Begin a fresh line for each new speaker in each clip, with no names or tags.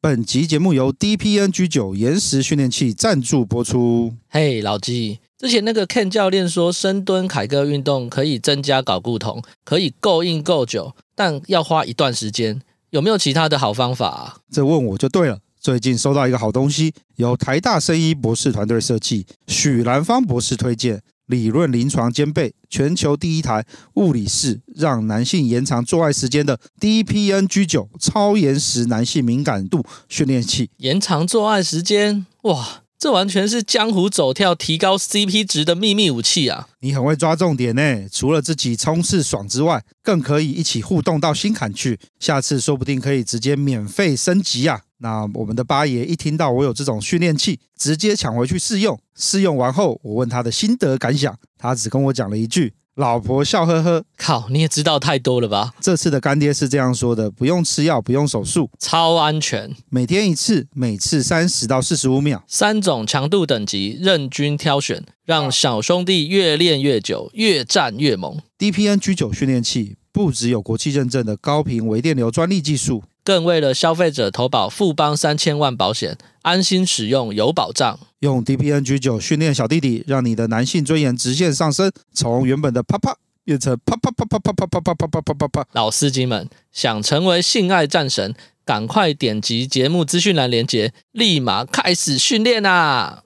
本集节目由 DPNG 九延时训练器赞助播出。
嘿、老纪，之前那个 Ken 教练说，深蹲、凯歌运动可以增加睾固酮，可以够硬够久，但要花一段时间。有没有其他的好方法、啊？
这问我就对了。最近收到一个好东西，由台大生医博士团队设计，许兰芳博士推荐，理论临床兼备，全球第一台物理式让男性延长做爱时间的 DPNG 九超延时男性敏感度训练器。
延长做爱时间？哇，这完全是江湖走跳提高 CP 值的秘密武器啊！
你很会抓重点呢。除了自己冲刺爽之外，更可以一起互动到心坎去。下次说不定可以直接免费升级啊！那我们的八爷一听到我有这种训练器，直接抢回去试用。试用完后，我问他的心得感想，他只跟我讲了一句：“老婆笑呵呵。
靠，你也知道太多了吧？”
这次的干爹是这样说的：不用吃药，不用手术，
超安全，
每天一次，每次三十到四十五秒。
三种强度等级任君挑选，让小兄弟越练越久，越战越猛，
DPNG 九训练器不只有国际认证的高频微电流专利技术，
更为了消费者投保富邦三千万保险，安心使用有保障。
用 DPNG 九训练小弟弟，让你的男性尊严直线上升，从原本的啪啪变成啪啪啪啪啪啪啪啪啪啪啪啪啪。
老司机们，想成为性爱战神，赶快点击节目资讯栏连接，立马开始训练啊！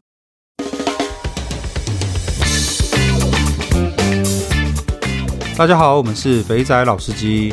大家好，我们是肥仔老司机，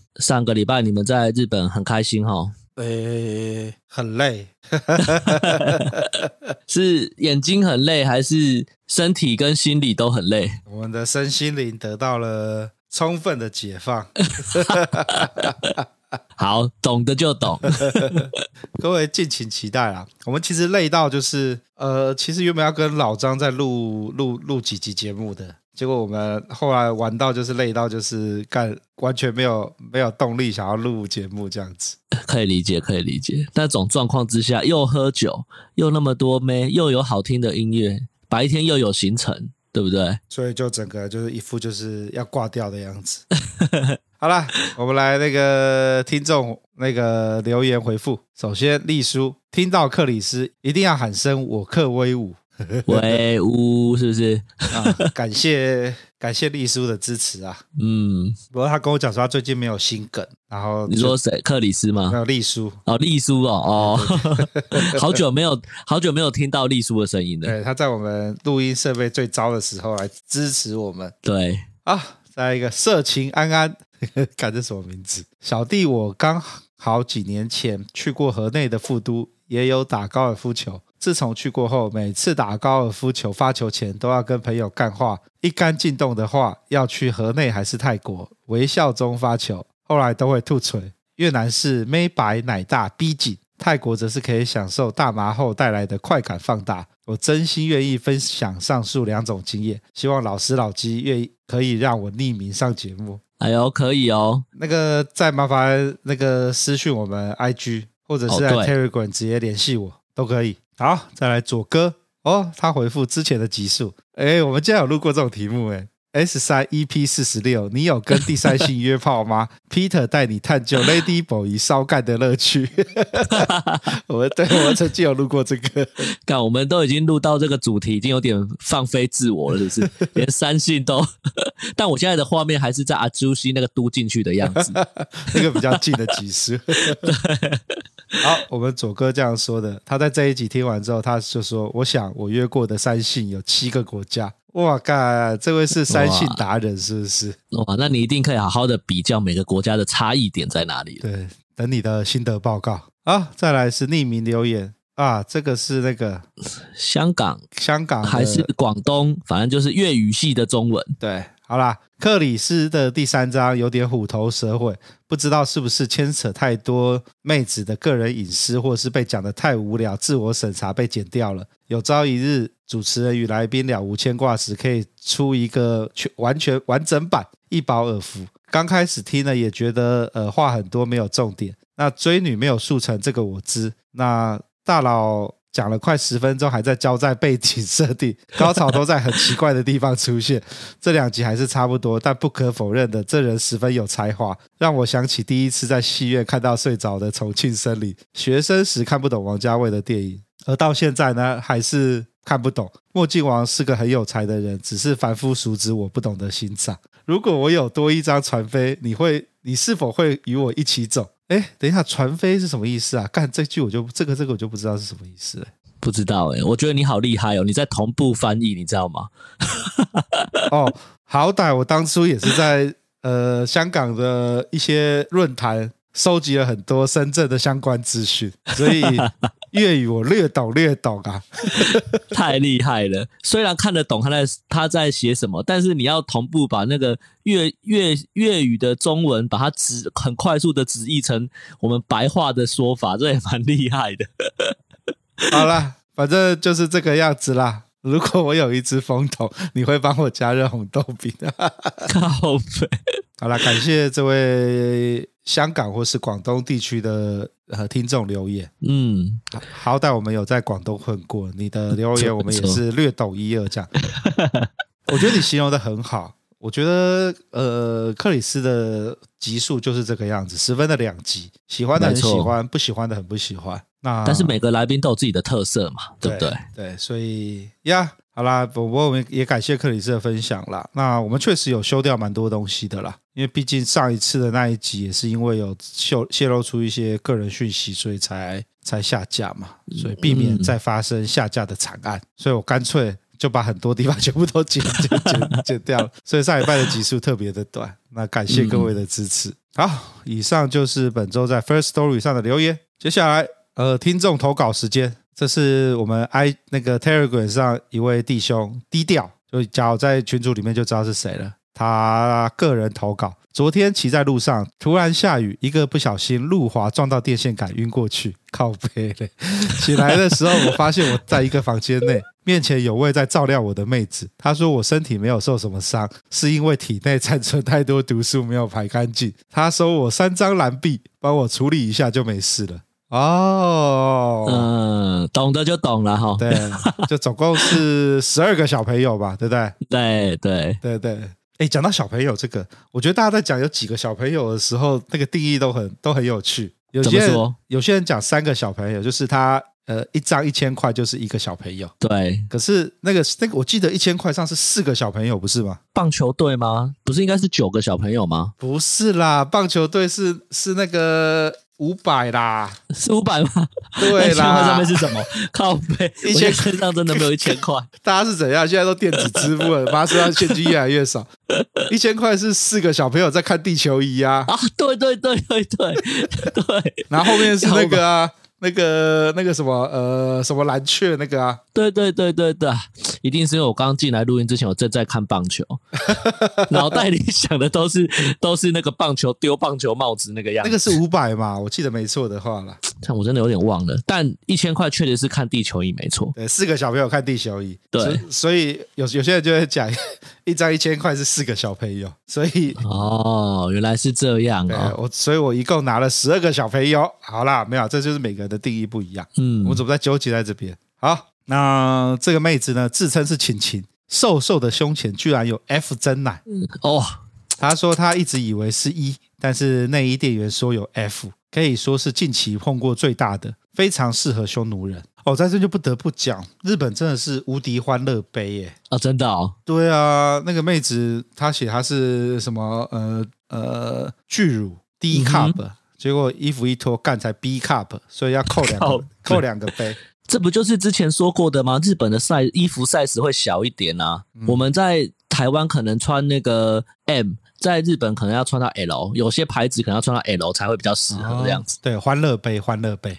上个礼拜你们在日本很开心哦哈、
诶、很累，
是眼睛很累，还是身体跟心理都很累？
我们的身心灵得到了充分的解放。
好，懂的就懂。
各位敬请期待啦！我们其实累到就是，呃，其实原本要跟老张在录录录几集节目的，结果我们后来玩到就是累到就是干完全没有没有动力想要录节目这样子。
可以理解，可以理解。那种状况之下，又喝酒，又那么多妹，又有好听的音乐，白天又有行程，对不对？
所以就整个就是一副就是要挂掉的样子。好啦，我们来那个听众那个留言回复。首先，丽叔听到克里斯一定要喊声“我克威武
喂呜，是不是？”
啊，感谢感谢丽叔的支持啊。
嗯，
不过他跟我讲说他最近没有新梗，然后
你说谁？克里斯
没
吗？
有丽叔，
哦，丽叔哦，哦， 好久没有好久没有听到丽叔的声音了。
对，他在我们录音设备最糟的时候来支持我们
对，
啊。再来一个色情安安， 看这什么名字？小弟，我刚好几年前去过河内的副都，也有打高尔夫球。自从去过后，每次打高尔夫球发球前都要跟朋友干话，一杆进洞的话，要去河内还是泰国？微笑中发球，后来都会吐锤。越南是妹白奶大逼紧，泰国则是可以享受大麻后带来的快感放大。我真心愿意分享上述两种经验，希望老师老鸡愿意可以让我匿名上节目。
哎呦，可以哦。
那个再麻烦那个私讯我们 IG 或者是在
哦
Telegram 直接联系我都可以。好，再来左哥哦，他回复之前的集数，哎，我们竟然有录过这种题目哎。S 三 EP 四十六，你有跟第三性约炮吗 ？Peter 带你探究 Lady Boy 烧干的乐趣。 我们对我们曾经有录过这个，
看，我们都已经录到这个主题，已经有点放飞自我了，是不是？连三性都， 但我现在的画面还是在阿朱西那个嘟进去的样子。
那个比较近的集数。 好，我们左哥这样说的，他在这一集听完之后，他就说：“我想我约过的三性有七个国家。”哇干，这位是三性达人是不是？
哇，哦那你一定可以好好的比较每个国家的差异点在哪里了。
对，等你的心得报告啊！再来是匿名留言啊，这个是那个
香港
香港的
还是广东，反正就是粤语系的中文。
对。好啦，克里斯的第三章有点虎头蛇尾，不知道是不是牵扯太多妹子的个人隐私，或是被讲的太无聊，自我审查被剪掉了。有朝一日，主持人与来宾了无牵挂时，可以出一个全完全完整版，一饱耳福。刚开始听呢，也觉得呃话很多没有重点。那追女没有速成，这个我知。那大佬讲了快十分钟，还在交代背景设定，高潮都在很奇怪的地方出现。这两集还是差不多，但不可否认的，这人十分有才华，让我想起第一次在戏院看到睡着的重庆森林。学生时看不懂王家卫的电影，而到现在呢，还是看不懂。墨镜王是个很有才的人，只是凡夫俗子我不懂得欣赏。如果我有多一张船飞，你会，你是否会与我一起走？哎，等一下，船飞是什么意思啊？干这句我就这个这个我就不知道是什么意思了。
不知道哎、我觉得你好厉害哦，你在同步翻译，你知道吗？
哦，好歹我当初也是在呃香港的一些论坛收集了很多深圳的相关资讯，所以粤语我略懂略懂啊。
太厉害了！虽然看得懂他在他在写什么，但是你要同步把那个粤粤粤语的中文把它直很快速的直译成我们白话的说法，这也蛮厉害的。
好啦，反正就是这个样子啦。如果我有一只风筒，你会帮我加热红豆饼 的。
靠北，嗯
好啦，感谢这位香港或是广东地区的呃听众留言。
嗯，
好歹我们有在广东混过，你的留言我们也是略懂一二这样。 我觉得你形容的很好，我觉得呃，克里斯的集数就是这个样子，十分的两极，喜欢的很
没
喜
错
欢，不喜欢的很不喜欢。那
但是每个来宾都有自己的特色嘛，对不啊对？
对，所以呀，好啦，不过我们也感谢克里斯的分享啦。那我们确实有修掉蛮多东西的啦，因为毕竟上一次的那一集也是因为有秀泄露出一些个人讯息，所以才才下架嘛，所以避
嗯
免再发生下架的惨案，所以我干脆。就把很多地方 全部都剪剪剪剪掉了，所以上礼拜的集数特别的短。那感谢各位的支持。好，以上就是本周在 First Story 上的留言。接下来呃，听众投稿时间，这是我们 i 那个 Telegram 上一位弟兄低调，就假如在群组里面就知道是谁了。他个人投稿，昨天骑在路上，突然下雨，一个不小心路滑撞到电线杆，晕过去，靠背嘞。起来的时候，我发现我在一个房间内，面前有位在照料我的妹子。她说我身体没有受什么伤，是因为体内残存太多毒素没有排干净。她收我三张蓝币，帮我处理一下就没事了。哦，
嗯，懂的就懂了哈。
对，就总共是十二个小朋友吧，对不对？
对对，
对对。哎，讲到小朋友这个，我觉得大家在讲有几个小朋友的时候，那个定义都很都很有趣。有些
怎么
人
说
有些人讲三个小朋友，就是他呃一张一千块就是一个小朋友。
对，
可是那个那个，我记得一千块上是四个小朋友，不是吗？
棒球队吗？不是应该是九个小朋友吗？
不是啦，棒球队是是那个五百啦，
是五百吗？
对
那千块上
啦
面，是什么？靠背，
一千
我现在身上真的没有一千块。
大家是怎样？现在都电子支付 了，妈，身上现金越来越少。一千块是四个小朋友在看地球仪啊，
啊，对对对对对对
然后后面是那个 啊，那个那个什么呃什么蓝雀那个啊，
对对对对对，一定是因为我刚进来录音之前，我正在看棒球，脑袋里想的都是都是那个棒球丢棒球帽子那个样
那
子。
个是五百嘛，我记得没错的话啦。
看我真的有点忘了，但一千块确实是看地球仪没错。
对，四个小朋友看地球仪，
对
所所以有有些人就会讲 一张一千块是四个小朋友，所以
哦，原来是这样
对
哦。
我，所以我一共拿了十二个小朋友。好啦，没有，这就是每个人的定义不一样。
嗯
我们，怎么在纠结在这边？好，那这个妹子呢，自称是晴晴，瘦瘦的胸前居然有 F 真奶。
哦，
她说她一直以为是一，但是内衣店员说有 F，可以说是近期碰过最大的，非常适合匈奴人。哦，在这就不得不讲，日本真的是无敌欢乐杯耶。
哦，真的哦，
对啊，那个妹子她写她是什么呃呃巨乳 D
嗯哼
cup，、结果衣服一脱干才 B cup，所以要扣两
靠
个扣两个杯。
这不就是之前说过的吗？日本的 size
嗯
衣服 size 会小一点啊。我们在台湾可能穿那个 M
在日本可能要穿到 L，有些牌子可能要穿到 L 才会比较适合这样子。
哦对，欢乐杯，欢乐 杯。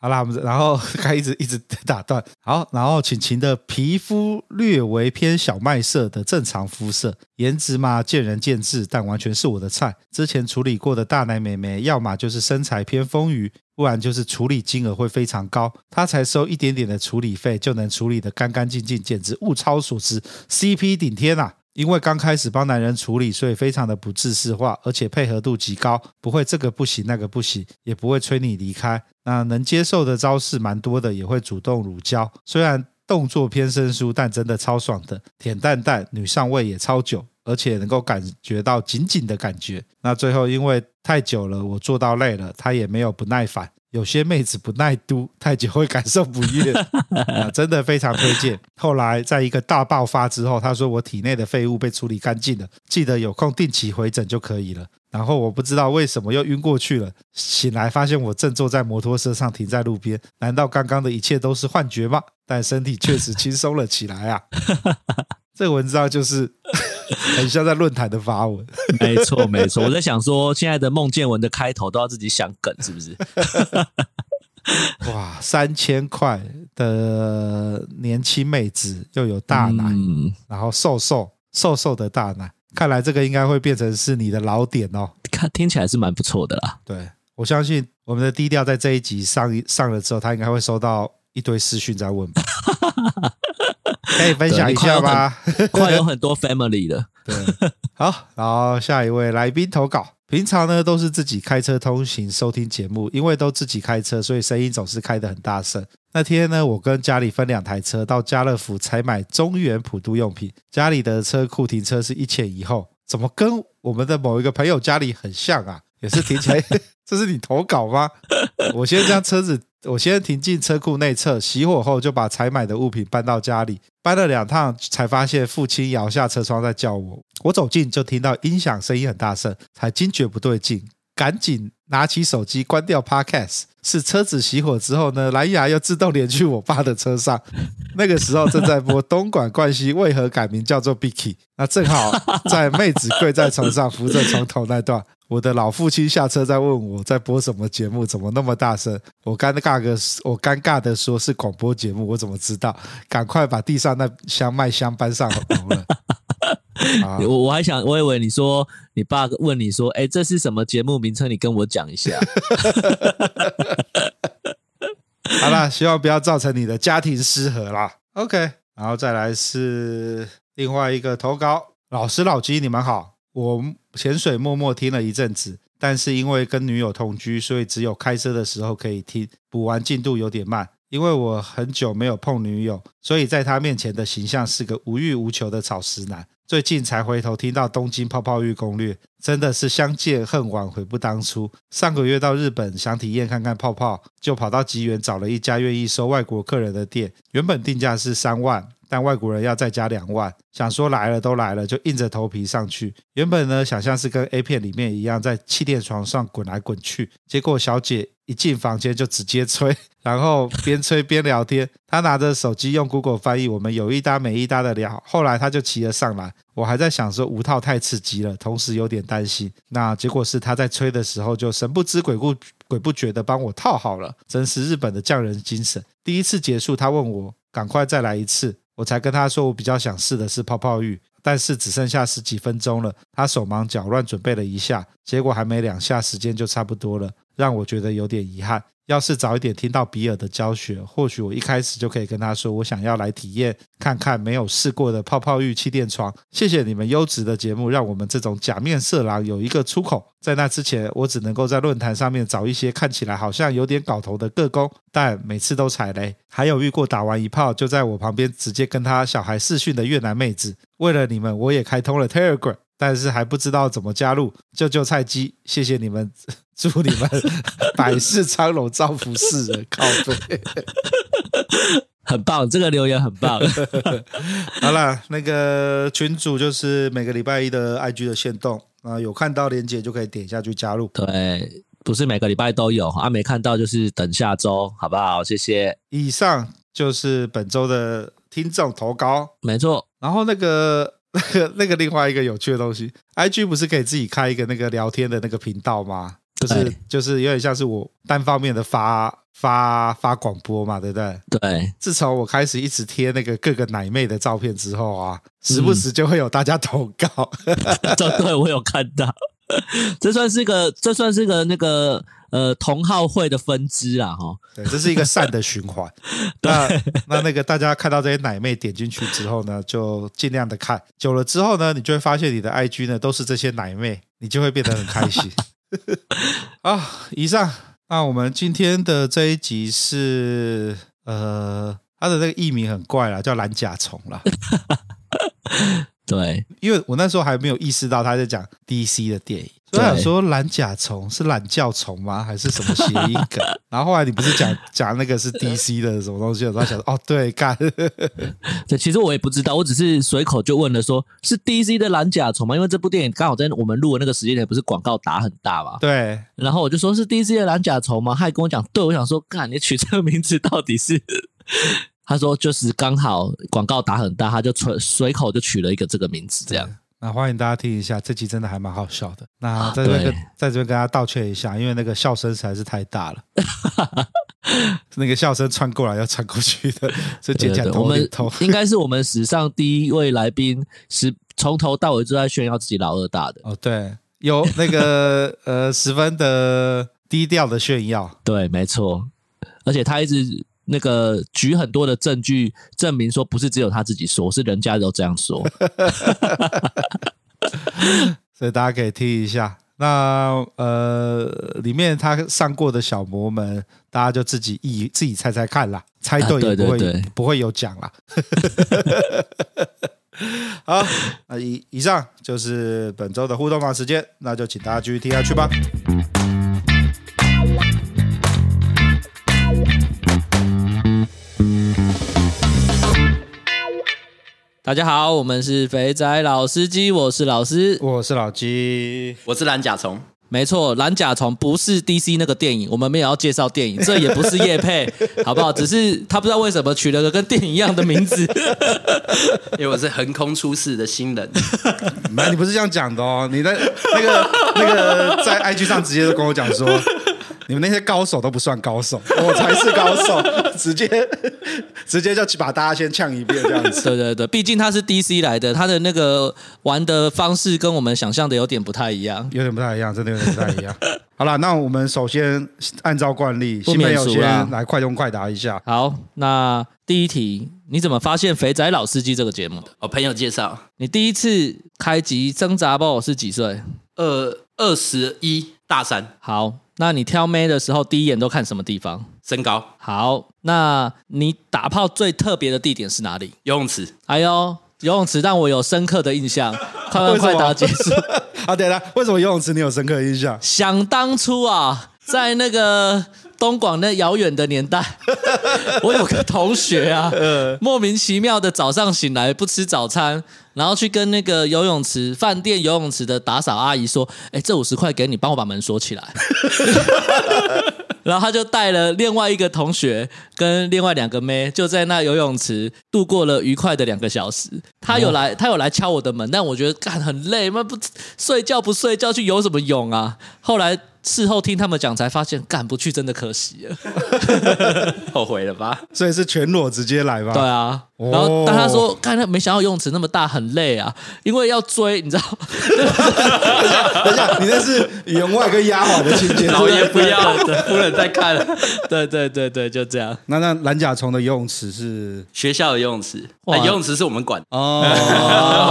好啦，我们然后该一直一直打断。好，然后晴晴的皮肤略微偏小麦色的正常肤色，颜值嘛见仁见智，但完全是我的菜。之前处理过的大奶妹妹，要么就是身材偏丰腴，不然就是处理金额会非常高，她才收一点点的处理费就能处理的干干净净，简直物超所值，CP 顶天呐、啊！因为刚开始帮男人处理，所以非常的不自私化，而且配合度极高，不会这个不行那个不行，也不会催你离开。那能接受的招式蛮多的，也会主动乳交，虽然动作偏生疏，但真的超爽的，舔蛋蛋，女上位也超久。而且能够感觉到紧紧的感觉。那最后因为太久了，我做到累了，她也没有不耐烦。有些妹子不耐嘟，太久会感受不悦、啊，真的非常推荐。后来在一个大爆发之后，她说我体内的废物被处理干净了，记得有空定期回诊就可以了。然后我不知道为什么又晕过去了，醒来发现我正坐在摩托车上停在路边，难道刚刚的一切都是幻觉吗？但身体确实轻松了起来啊！ 这个文章就是 很像在论坛的发文，
没错，没错。我在想说，现在的孟建文的开头都要自己想梗，是不是？
哇，三千块的年轻妹子，又有大奶，
嗯，
然后瘦瘦瘦瘦的大奶，看来这个应该会变成是你的老点哦。
看听起来是蛮不错的 啦。
对我相信我们的低调在这一集上一上了之后，他应该会收到一堆私讯在问吧。可以分享一下吗？
快有很多 family 了，
对，好，然后下一位来宾投稿。平常呢都是自己开车通行收听节目，因为都自己开车，所以声音总是开得很大声。那天呢，我跟家里分两台车到家乐福采买中原普渡用品，家里的车库停车是一前一后，怎么跟我们的某一个朋友家里很像啊？也是停起来， 这是你投稿吗？ 我先将车子，我先停进车库内侧，熄火后就把采买的物品搬到家里，搬了两趟才发现父亲摇下车窗在叫我。我走近就听到音响声音很大声，才惊觉不对劲，赶紧拿起手机关掉 Podcast。是车子熄火之后呢，蓝牙又自动连去我爸的车上。那个时候正在播东莞冠希为何改名叫做 Bicky，那正好在妹子跪在床上扶着床头那段，我的老父亲下车在问我在播什么节目，怎么那么大声？我尴尬个，我尴尬的说是广播节目，我怎么知道？赶快把地上那箱麦香搬上楼了。啊
我我还想，我以为你说你爸问你说，哎、这是什么节目名称？你跟我讲一下。
好啦，希望不要造成你的家庭失和啦。OK，然后再来是另外一个投稿，老师老鸡，你们好，我潜水默默听了一阵子，但是因为跟女友同居，所以只有开车的时候可以听，补完进度有点慢。因为我很久没有碰女友，所以在她面前的形象是个无欲无求的草食男。最近才回头听到《东京泡泡浴攻略》，真的是相见恨晚，悔不当初。上个月到日本想体验看看泡泡，就跑到吉原找了一家愿意收外国客人的店，原本定价是三万。但外国人要再加两万，想说来了都来了，就硬着头皮上去。原本呢，想象是跟 A 片里面一样，在气垫床上滚来滚去，结果小姐一进房间就直接吹，然后边吹边聊天。她拿着手机用 Google 翻译，我们有一搭没一搭的聊。后来她就骑了上来，我还在想说无套太刺激了，同时有点担心。那结果是她在吹的时候就神不知鬼不鬼不觉的帮我套好了，真是日本的匠人精神。第一次结束，她问我赶快再来一次，我才跟她说我比较想试的是泡泡浴，但是只剩下十几分钟了，她手忙脚乱准备了一下，结果还没两下时间就差不多了，让我觉得有点遗憾。要是早一点听到比尔的教学，或许我一开始就可以跟她说我想要来体验看看没有试过的泡泡浴气垫床。谢谢你们优质的节目，让我们这种假面色狼有一个出口。在那之前，我只能够在论坛上面找一些看起来好像有点搞头的个工，但每次都踩雷。还有遇过打完一炮就在我旁边直接跟他小孩视讯的越南妹子。为了你们，我也开通了 Telegram，但是还不知道怎么加入。救救菜鸡，谢谢你们， 祝你们百世昌隆，造福世人。靠背。
很棒，这个留言很棒。
好啦，那个群主就是每个礼拜一的 IG 的限动啊、有看到链接就可以点下去加入。
对，不是每个礼拜都有啊，没看到就是等下周，好不好？谢谢。
以上就是本周的听众投稿，
没错，
然后那个 那个那个另外一个有趣的东西，IG 不是可以自己开一个那个聊天的那个频道吗？就是
对
就是有点像是我单方面的发发发广播嘛，对不对？
对，
自从我开始一直贴那个各个奶妹的照片之后啊，时不时就会有大家投稿，
这对我有看到， 这算是个这算是个那个呃同好会的分支啊，哈，
对，这是一个善的循环。那那那个大家看到这些奶妹点进去之后呢，就尽量的看，久了之后呢，你就会发现你的 IG 呢都是这些奶妹，你就会变得很开心。 啊，以上，那我们今天的这一集是呃，它的那个艺名很怪啦，叫蓝甲虫啦，
对，
因为我那时候还没有意识到他在讲 DC 的电影。所以我想
对
说蓝甲虫是懒觉虫吗？还是什么谐音梗？然后后来你不是讲讲那个是 DC 的什么东西的时候，我想说哦，对，干，
对，其实我也不知道，我只是随口就问了说，是 DC 的蓝甲虫吗？因为这部电影刚好在我们录的那个时间点，不是广告打很大嘛。
对，
然后我就说是 DC 的蓝甲虫吗？他还跟我讲，对，我想说，干，你取这个名字到底是？ 他说就是刚好广告打很大，他就随随口就取了一个这个名字，这样。
那欢迎大家听一下，这集真的还蛮好笑的。那
啊
在这边
对
跟在这边跟大家道歉一下，因为那个笑声实在是太大了， 那个笑声穿过来要穿过 去的，所
对
以剪起来
对对，我
头
们
很痛。
应该是我们史上第一位来宾是从头到尾都在炫耀自己老二大的。
哦，对，有那个呃十分的低调的炫耀，
对，没错，而且他一直那个举很多的证据证明说，不是只有他自己说，是人家都这样 说。
所以大家可以听一下。那呃，里面他上过的小魔们，大家就自己意自己猜猜看啦，猜对也
啊对
不会、
对对
不会有奖啦。 好，那以以上就是本周的互动房时间，那就请大家继续听下去吧。
大家好，我们是肥仔老司机，我是老师。
我是老鸡，
我是蓝甲虫，
没错，蓝甲虫不是 DC 那个电影，我们没有要介绍电影，这也不是叶配，好不好？只是他不知道为什么取了个跟电影一样的名字。
因为我是横空出世的新 人。
哎没，你不是这样讲的哦，你在 那个那个在 IG 上直接就跟我讲说，你们那些高手都不算高手，我才是高手， 直接直接就去把大家先呛一遍这样子。
对对对，毕竟他是 DC 来的，他的那个玩的方式跟我们想象的有点不太一样。
有点不太一样，真的有点不太一样。好了，那我们首先按照惯例，
不
新朋
免
友
俗啦
先来快问快答一下。
好，那第一题，你怎么发现《肥仔老司机》这个节目的？
我哦朋友介绍，
你第一次开集挣扎报是几岁？
二二十一大三，
好，那你挑妹的时候，第一眼都看什么地方？
身高，
好，那你打炮最特别的地点是哪里？
游泳池，
哎呦，游泳池让我有深刻的印象。快问快答结束。
啊，对了，为什么游泳池你有深刻的印象？
想当初啊，在那个东莞那遥远的年代，我有个同学啊，莫名其妙的早上醒来不吃早餐，然后去跟那个游泳池饭店游泳池的打扫阿姨说：“哎，这五十块给你，帮我把门锁起来。”然后他就带了另外一个同学跟另外两个妹，就在那游泳池度过了愉快的两个小时。他有来，他有来敲我的门，但我觉得干很累，妈不睡觉不睡觉去游什么泳啊？后来事后听他们讲才发现，干不去真的可惜了。
后悔了吧？
所以是全裸直接来吧？
对啊，
哦
然后但他说，看他没想到游泳池那么大，很累啊，因为要追，你知道，
等一下，你那是员外跟丫鬟的情 节。
老爷不要，夫人在看。
对对对对，就这样。
那那蓝甲虫的游泳池是
学校的游泳池，
哇
哎游泳池是我们管的，
哦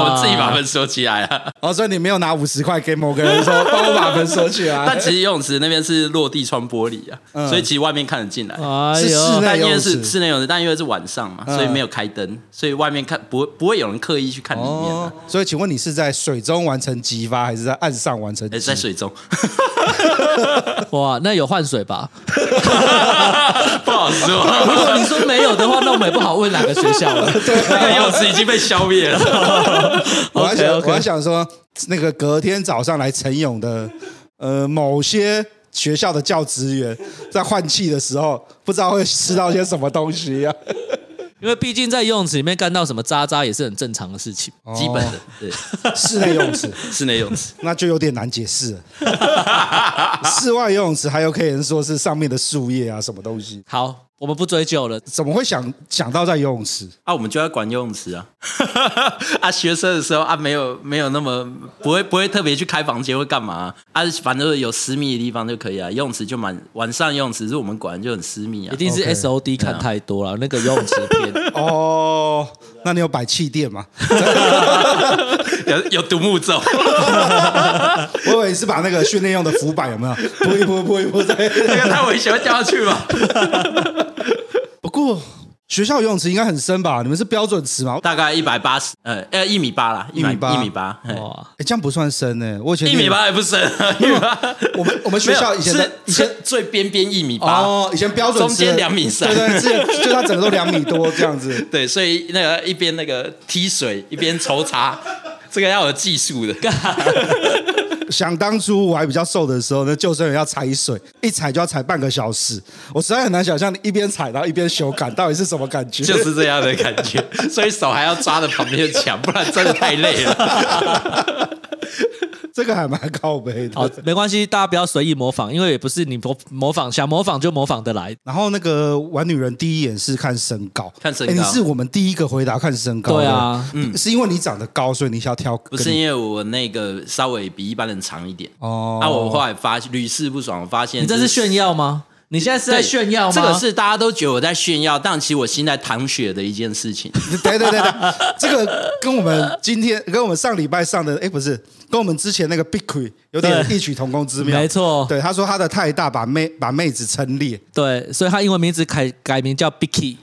我们自己把门锁起来啊。
哦，所以你没有拿五十块给某个人说 帮我把门锁起来
但，其实游泳池那边是落地窗玻璃啊，所以其实外面看得进来。
哎
是室
呦，
内
但因
游
为
泳
是
池。
室哦内游泳池，嗯但因为是晚上嘛，所以没有开灯，所以外面看不不会有人刻意去看里面
哦
啊。，
所以请问你是在水中完成激发，还是在岸上完成激
哎，
发？
在水中
哇，那有换水吧？
不好
如
说，
果你说没有的话，那我们也不好问哪个学校了。
那个游泳池已经被消灭了。
我还
OK，
想
OK
我还想说，那个隔天早上来晨泳的，呃，某些学校的教职员在换气的时候，不知道会吃到些什么东西啊。
因为毕竟在游泳池里面干到什么渣渣也是很正常的事情。
基本的，对，
室内游泳池，
哦 室内泳池。
那就有点难解释了。 室外游泳池还有可以说是上面的树叶啊，什么东西？
好，我们不追究了。
怎么会想想到在游泳池？
啊，我们就要管游泳池 啊！啊，学生的时候啊，没有没有那么不会不会特别去开房间会干嘛啊？啊反正有私密的地方就可以啊。游泳池就蛮晚上游泳池是我们管就很私密啊
一。定是
OK
S O D 看太多了，那个游泳池 片
哦，那你有摆气垫吗？
有有独木舟，
我以为是把那个训练用的浮板有没有 拨一拨拨一拨在。
那个太危险，会掉下去吧？
不过学校游泳池应该很深吧？你们是标准池吗？
大概一百八十，呃呃，一米八啦，一
一米八
一米八，嘿
哇，
哎，这样不算深呢、我以前
啊一米，八也不 深，一米八。
我们我们学校以前
没有
的
是
以前
是最边边一米八，
哦，以前标准池
中间两米三。
对对，之 前就它整个都两米多这样子。
对，所以那个一边那个踢水，一边抽查， 这个要有技术的。
想当初我还比较瘦的时候，那救生员要踩水，一踩就要踩半个小时，我实在很难想象你一边踩然后一边修改到底是什么感觉。
就是这样的感觉， 所以手还要抓着旁边的墙，不然真的太累了。
这个还蛮靠背的。
好，没关系，大家不要随意模仿，因为也不是你模模仿想模仿就模仿得来。
然后那个玩女人第一眼是看身高，
看身
诶
高
你是我们第一个回答看身高的。
对啊
嗯，是因为你长得高，所以你想要挑。
不是因为我那个稍微比一般人长一点，
哦，
啊，我后来发现屡试不爽，我发现
你这是炫耀吗？你现在是在
对
炫耀吗？
这个是大家都觉得我在炫耀，但其实我心在淌血的一件 事情。
对对对对，这个跟我们今天跟我们上礼拜上的，哎，不是，跟我们之前那个 Big q u e 有点
对
异曲同工之妙。
没，错，
对，他说他的太大，把妹 把妹子撑裂，
对，所以他英文名字改改名叫 Bicky，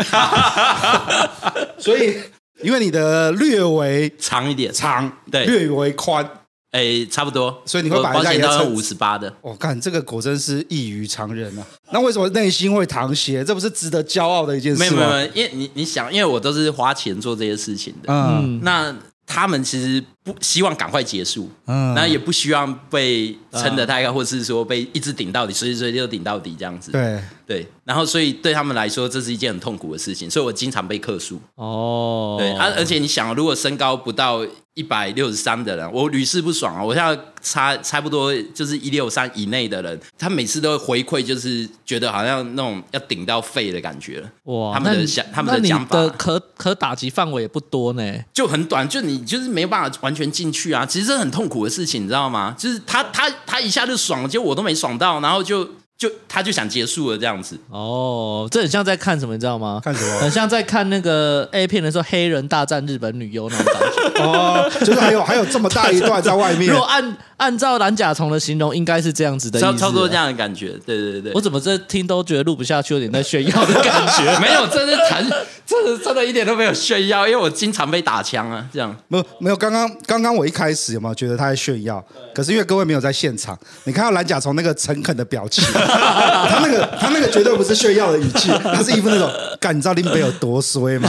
所以因为你的略为
长一点，
长，
对
略为宽，
哎，差不多。
所以你会把
我保
人家
险
也
到
撑
五十八的，
我、看哦这个果真是异于常人啊！那为什么内心会淌血？这不是值得骄傲的一件事
没
吗？
有没有，没有因为你你想，因为我都是花钱做这些事情的，
嗯
嗯，
那他们其实不希望赶快结束，
嗯，
那也不希望被撑得太高，或者是说被一直顶到底，随时随地都顶到底这样子。
对，
对然后所以对他们来说，这是一件很痛苦的事情，所以我经常被克数。
哦，
对，啊而、而且你想，如果身高不到一百六十三的人，我屡试不爽啊！我现在差差不多就是一六三以内的人，他每次都会回馈，就是觉得好像那种要顶到肺的感觉了。
哇，
他们的
那你
想他们的
那你
想法
的可可打击范围也不多呢。
就很短，就你就是没办法完全进去啊。其实这很痛苦的事情，你知道吗？就是他他他一下就爽了，结果我都没爽到，然后就就他就想结束了这样子。
哦，这很像在看什么，你知道吗？
看什么
很像在看那个 A 片的时候，黑人大战日本女优那种感觉。
哦，就是还有还有这么大一段在外面
如，果按按照蓝甲虫的形容，应该是这样子的意思
差
啊。
差不多这样的感觉，对对对
我
对。
怎么这听都觉得录不下去，有点在炫耀的感 觉。
没有，这是谈，这是真的一点都没有炫耀，因为我经常被打枪啊，这样。
没有没有。刚刚刚刚我一开始有没有觉得他在炫耀？可是因为各位没有在现场，你看到蓝甲虫那个诚恳的表情， 他那个他那个绝对不是炫耀的语气，他是一副那种，干你知道林北有多衰吗？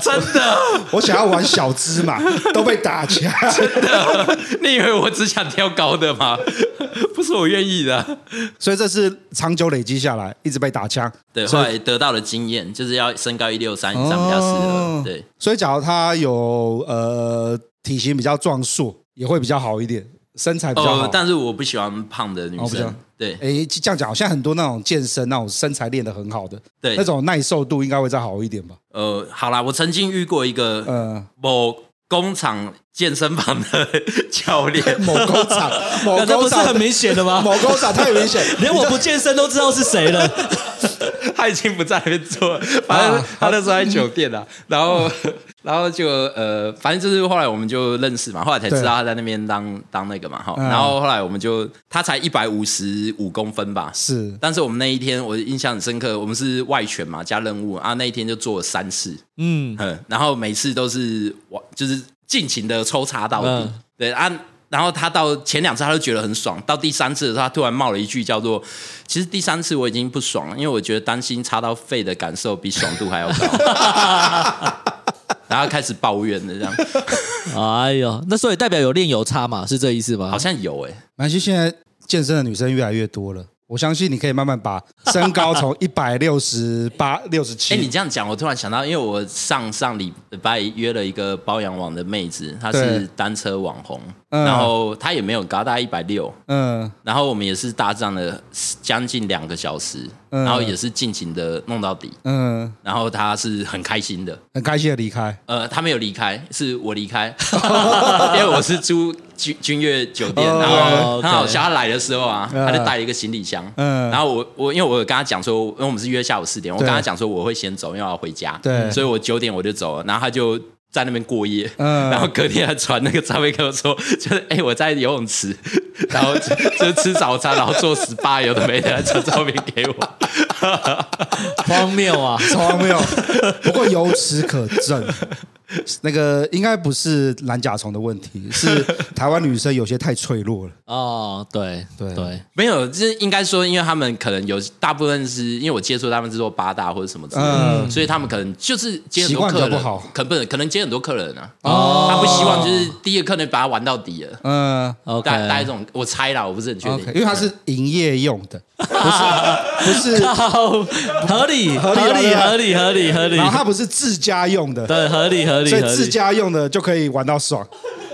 真的，
我想要玩小芝麻，都被打起来。
你以为我只想挑高的吗？ 不是我愿意的。啊
所以这是长久累积下来，一直被打枪。
对，后
所以
来得到的经验就是要身高一六三以上比较适
哦
合。对，
所以假如他有呃体型比较壮硕，也会比较好一点，身材比较好。
哦，但是我不喜欢胖的女
哦不喜
生
欢。
对，
诶，这样讲，好像很多那种健身、啊那种身材练得很好的，
对
那种耐受度应该会再好一点吧？
呃，好啦，我曾经遇过一个
呃，
某工厂健身房的教练，
某工 厂，某
那这不
工
是
厂
很明显 的吗？
某工厂太明显，
连我不健身都知道是谁了。
他已经不在那边做了，反正他那时候在酒店啊，然后 然后就呃，反正就是后来我们就认识嘛，后来才知道他在那边当当那个嘛哈，
嗯
然后后来我们就他才一百五十五公分吧，
是
但是我们那一天我印象很深刻，我们是外犬嘛加任务啊，那一天就做了三次，
嗯，
嗯，然后每次都是我就是尽情的抽插到底，
嗯
对啊。然后他到前两次他都觉得很爽，到第三次的时候他突然冒了一句叫做：“其实第三次我已经不爽了，因为我觉得担心插到肺的感受比爽度还要高。” 然后开始抱怨了，这 样
哎呦，那所以代表有练有差嘛，是这意思吗
好？像有哎、
马来西亚现在健身的女生越来越多了。我相信你可以慢慢把身高 从一百六十八、六十
哎、你
七，
这样讲，我突然想到，因为我上上礼拜约了一个包养网的妹子，她
对
是单车网红，
嗯
然后她也没有高，大概一百六，
嗯，
然后我们也是大战了将近两个小时，
嗯
然后也是尽情的弄到底，
嗯，
然后她是很开心的，
很开心的离开。
呃，她没有离开，是我离开， 因为我是住君君悦酒店，
哦
然后
OK
很好笑，她来的时候啊，
嗯
她就带了一个行李箱，
嗯
然后我我因为我有跟她讲说，因为我们是约下午四点，我
对
跟她讲说我会先走，因为我要回家，
对
所以我九点我就走了，然后她就。在那边过夜，
嗯
然后隔天还传那个照片给我说，就是哎、我在游泳池，然后就就是吃早餐，然后做 SPA 有的没的，还传照片给我。
荒谬啊！
超荒谬。不过由此可证，那个应该不是蓝甲虫的问题，是台湾女生有些太脆弱了。
哦，对
对
对，
没有，就是应该说，因为他们可能有大部分是因为我接触他们是做八大或者什么之类的，
嗯
所以他们可能就是接很
习
多
惯比
客
较
人，
不好
可不可能接很多客人啊？
哦
他不希望就是第一个客人把他玩到底了。
嗯
OK
大大概这种，我猜啦，我不是很确定
，OK，因为它是营业用 的，不是不是，
好， 合理，合
合理
理，
啊
合理，合理，合理
然，后它不是自家用的，
对，合理，合理，
所以
合
自
理。
家用的就可以玩到爽。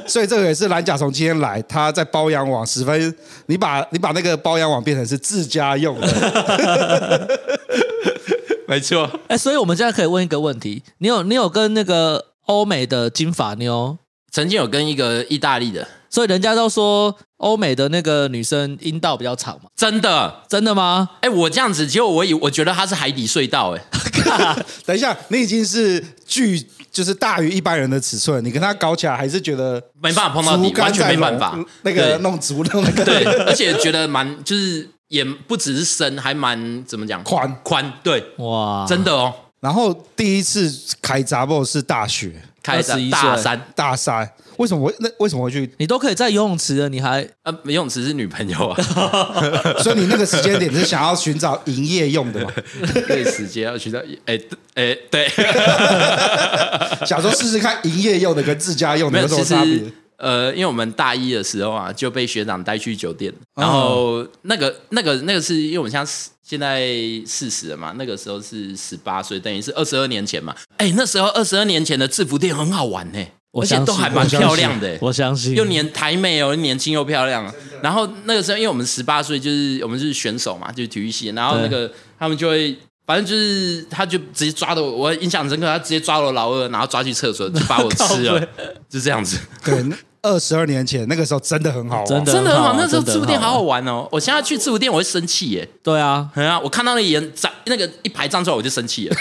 所以这个也是蓝甲虫今天来，他在包养网十分，你把你把那个包养网变成是自家用 的，
没错，
哎，所以我们现在可以问一个问题：你有你有跟那个欧美的金发妞，
曾经有跟一个意大利的，
所以人家都说欧美的那个女生阴道比较长嘛？
真的，
真的吗？
哎、我这样子，结果我以我觉得他是海底隧道、哎，
等一下，你已经是巨，就是大于一般人的尺寸，你跟他搞起来还是觉得
没办法碰到底
竹，竿
完全
在
没办
弄
法。
那个
对
弄足弄那个
对，而且觉得蛮就是也不只是深，还蛮怎么讲
宽
宽，对，
哇，
真的哦，
然后第一次开杂报是大学
开始
21
大
岁
三，
大三，为什么我那为什么会去？
你都可以在游泳池了，你还
呃，游泳池是女朋 友啊，
所以你那个时间点是想要寻找营业用 的嘛？
对，时间要去到，哎哎对，
想说试试看营业用的跟自家用
没
的
有，
有什
其
么差别
实？呃，因为我们大一的时候啊，就被学长带去酒店，
哦
然后那个那个那个是因为我们现在四现在四十了嘛，那个时候是十八岁，等于是二十二年前嘛，哎，那时候二十二年前的制服店很好玩呢、
我
而且
相
都
信
还蛮
我相
漂
信
亮的、哎
我相信
又年台妹哦，年轻又漂亮。然后那个时候，因为我们十八岁，就是我们是选手嘛，就是体育系。然后那个他们就会，反正就是他就直接抓的我，我印象很深刻，他直接抓了我老二，然后抓去厕所就把我吃
靠
了
背，
就这样子。
对，二十二年前那个时候真的很好玩，
真的
真的很好，
好
那时候制服店好好
玩。
玩哦。我现在去制服店我会生气耶，
对啊，
哎啊，我看到那眼站那个一排站出来我就生气了。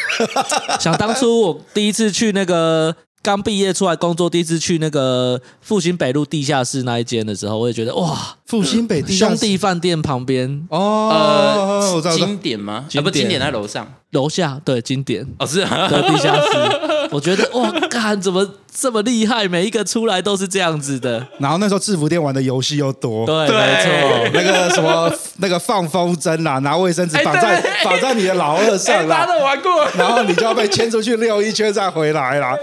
想当初我第一次去那个刚毕业出来工作，第一次去那个复兴北路地下室那一间的时候，我也觉得哇，
复兴北地下
兄弟饭店旁边
哦，我
呃
知道，我知道
经典吗？
经典
啊不，经典在楼上
楼下，对，经典。
哦，是啊
的地下室，我觉得哇，干怎么这么厉害？每一个出来都是这样子的，
然后那时候制服店玩的游戏又多，哦
对，
对
没
那个什么 那个放风筝啦，拿卫生纸绑在
哎对
绑在你的老二
哎，
上啦，
大家都玩过。
然后你就要被牵出去溜一圈再回来啦。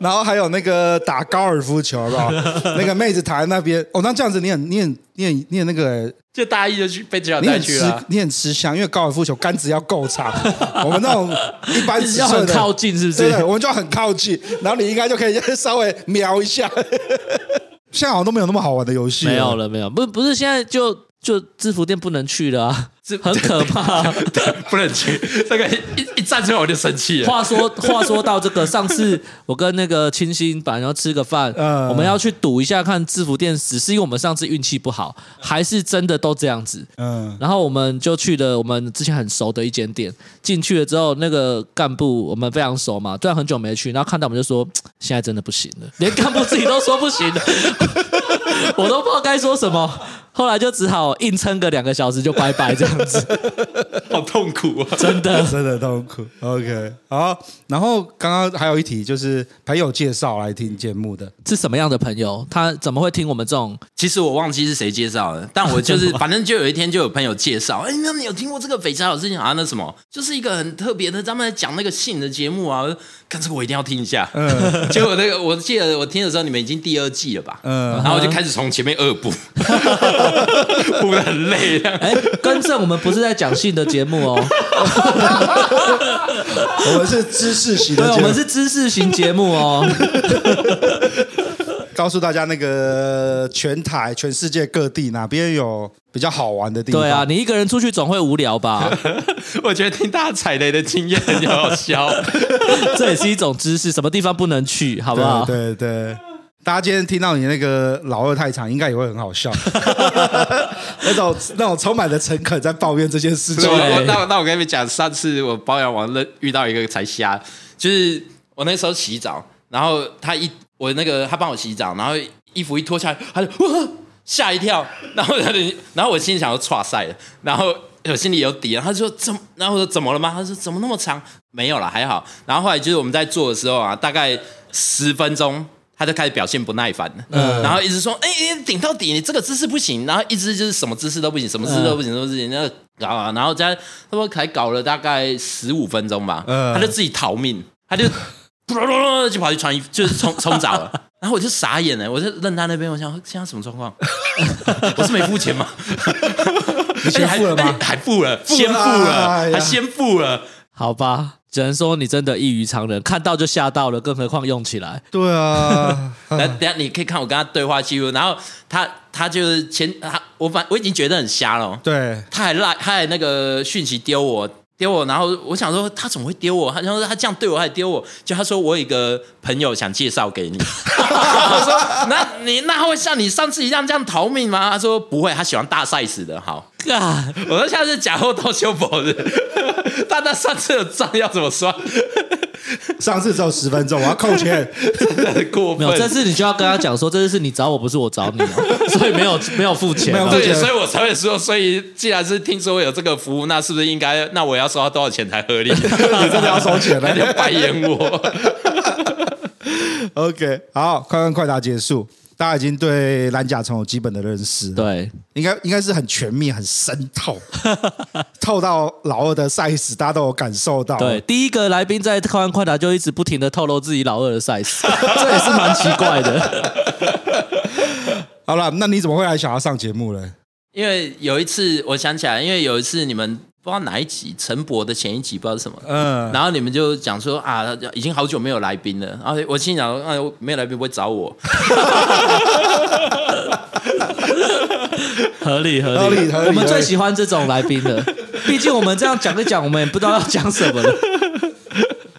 然后还有那个打高尔夫球吧， 那个妹子躺在那边，哦，那这样子你很你很你很你很那个、欸
就大一就去被学长
你
带
很
去
吃
了。啊
你很吃香，因为高尔夫球杆子要够 长，我们那种一般尺
错，要
寸
很
的，
靠近，是不
对，
是？
我们就要很靠近，然后你应该就可以 稍微瞄一下。现在好像都没有那么好玩的游戏，
没有。了，没有，不不是现在就就制服店不能去了啊，很可怕。
不能去，这个一一站出来我就生气 了。
话说话说到这个，上次我跟那个清新本来要吃个饭，
嗯
我们要去赌一下看制服店只是因为我们上次运气不好，还是真的都这样子。
嗯，
然后我们就去了我们之前很熟的一间店，进去了之后，那个干部我们非常熟嘛，虽然很久没去，然后看到我们就说嘖现在真的不行了，连干部自己都说不行 了，我都不知道该说什么，后来就只好硬撑个两个小时就拜拜这样。
样子，
好痛苦啊！
真的，
真的痛苦。OK，好，然后刚刚还有一题就是朋友介绍来听节目的，
是什么样的朋友？他怎么会听我们这种？
其实我忘记是谁介绍的，但我 就是反正就有一天就有朋友介绍，哎、那你有听过这个北茶老师讲啊？那什么，就是一个很特别的，他们在讲那个性的节目啊，我说干这个我一定要听一下。 结果那个我记得我听的时候，你们已经第二季了吧？
嗯
然后我就开始从前面恶补， 补的很累啊这样。
哎，更正，我们不是在讲性的节目哦，
我们是知识型
对，
的
我
节目
们，是知识型节目 哦。
告诉大家那个全台、全世界各地哪边有比较好玩的地方。
对啊，，你一个人出去总会无聊吧？
我觉得听大家踩雷的经验很好笑。
这也是一种知识，什么地方不能去，好不好？
对对对，大家今天听到你那个老二太长，应该也会很好 笑，那种那种充满了诚恳在抱怨这件事情
我。
对
我那我那我跟你们讲，上次我包养完了遇到一个才瞎，就是我那时候洗澡，然后他一我那个他帮我洗澡，然后衣服一脱下来，他就哇吓一跳，然后他就然后我心里想要唰塞了，然后我心里有底了，他说怎么，然后我说怎么了吗？他说怎么那么长？没有了，还好。然后后来就是我们在做的时候啊，大概十分钟。他就开始表现不耐烦了，然后一直说：“哎、哎，顶到底，你这个姿势不行。”然后一直就是什么姿势都不行，什么姿势都不行，什么姿势都不行那个搞啊，然后加差不多才搞了大概十五分钟吧，
嗯
他就自己逃命，他就就跑去穿衣服，就是冲冲澡了。然后我就傻眼了，我就愣在那边，我想现在什么状况？我是没付钱吗？
你先付了吗
而且还而且还付了，
了
先付
哎呀
了，还先付了。
好吧，只能说你真的异于常人，看到就吓到了，更何况用起来。
对啊，
嗯
那等一下你可以看我跟他对话记录，然后他他就是前他我反我已经觉得很瞎了哦，
对，
他还赖，他还那个讯息丢我，丢我，然后我想说他怎么会丢我？他然后他这样对我还丢我，就他说我有一个朋友想介绍给你， 我说那你那他会像你上次一样这样逃命吗？他说不会，他喜欢大 size 的。好，
啊，
我说下次假货到修博的， 但他上次的账要怎么算？
上次只有十分钟，我要扣 钱。
真的 很过
没有，这
分。
次你就要跟他讲说，这次是你找我，不是我找你、 哦，所以没有没有付钱、
没有
哦。
付
对，
钱
所以我才会说，所以既然是听说有这个服务，那是不是应该？那我要收到多少钱才合 理？
你真的要收 钱了啊
他就白眼我。
OK，好，快问快答结束。大家已经对蓝甲虫有基本的认识，，
对，
应该应该是很全面、很深 透，透到老二的 size，大家都有感受到。
对，，第一个来宾在快问快答就一直不停的透露自己老二 的 size，这也是蛮奇怪的。
好了，那你怎么会还想要上节目嘞？
因为有一次我想起来，因为有一次你们不知道哪一集陈博的前一集不知道是什么，
嗯，
然后你们就讲说啊，已经好久没有来宾了，然后我心想，啊，没有来宾不会找我，
合理合理。
合理合理。
我们
合
最
理
喜欢这种来宾了，毕竟我们这样讲一讲，我们也不知道要讲什么了。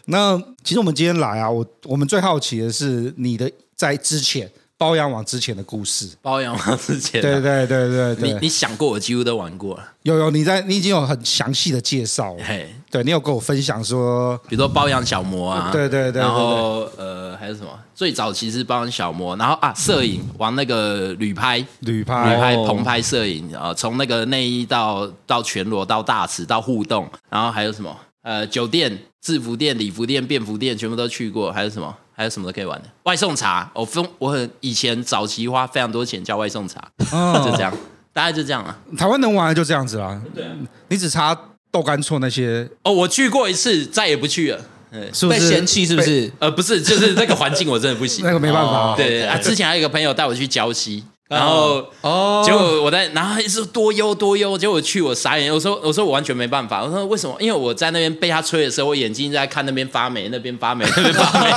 那其实我们今天来啊，我我们最好奇的是你的在之前包养网之前的故事。
包养王之前、
对
啊。
对对对
你
对，
你想过，我几乎都玩过了。
有有你在，你已经有很详细的介绍 了。
嘿，
对你有跟我分享说，
比如说包养小魔啊，
对对对对
然后呃还有什么？最早其实包养小魔，然后啊摄影玩那个旅拍，
旅
旅
拍
拍、棚拍摄影啊，呃从、那个内衣到到全裸到大尺到互动，然后还有什么呃酒店、制服店、礼服店、便服店，全部都去过，还有什么？还有什么都可以玩的？外送茶，我、分我很以前早期花非常多钱叫外送茶，
嗯
就这样，大概就这样啊了、
台湾能玩的就这样子啦。对、你只差豆干错那些，
哦，我去过一次，再也不去了。对
是不
被
是
嫌弃是不？是？
呃，不是，就是那个环境我真的不行
那。个没办法、
哦
对啊，之前还有一个朋友带我去礁溪，然后
哦
结果我在，然后他一直说多优多优，结果我去我傻眼，我说我说我完全没办法，我说为什么？因为我在那边被他吹的时候，我眼睛在看那边发霉，那边发 霉，那边发霉。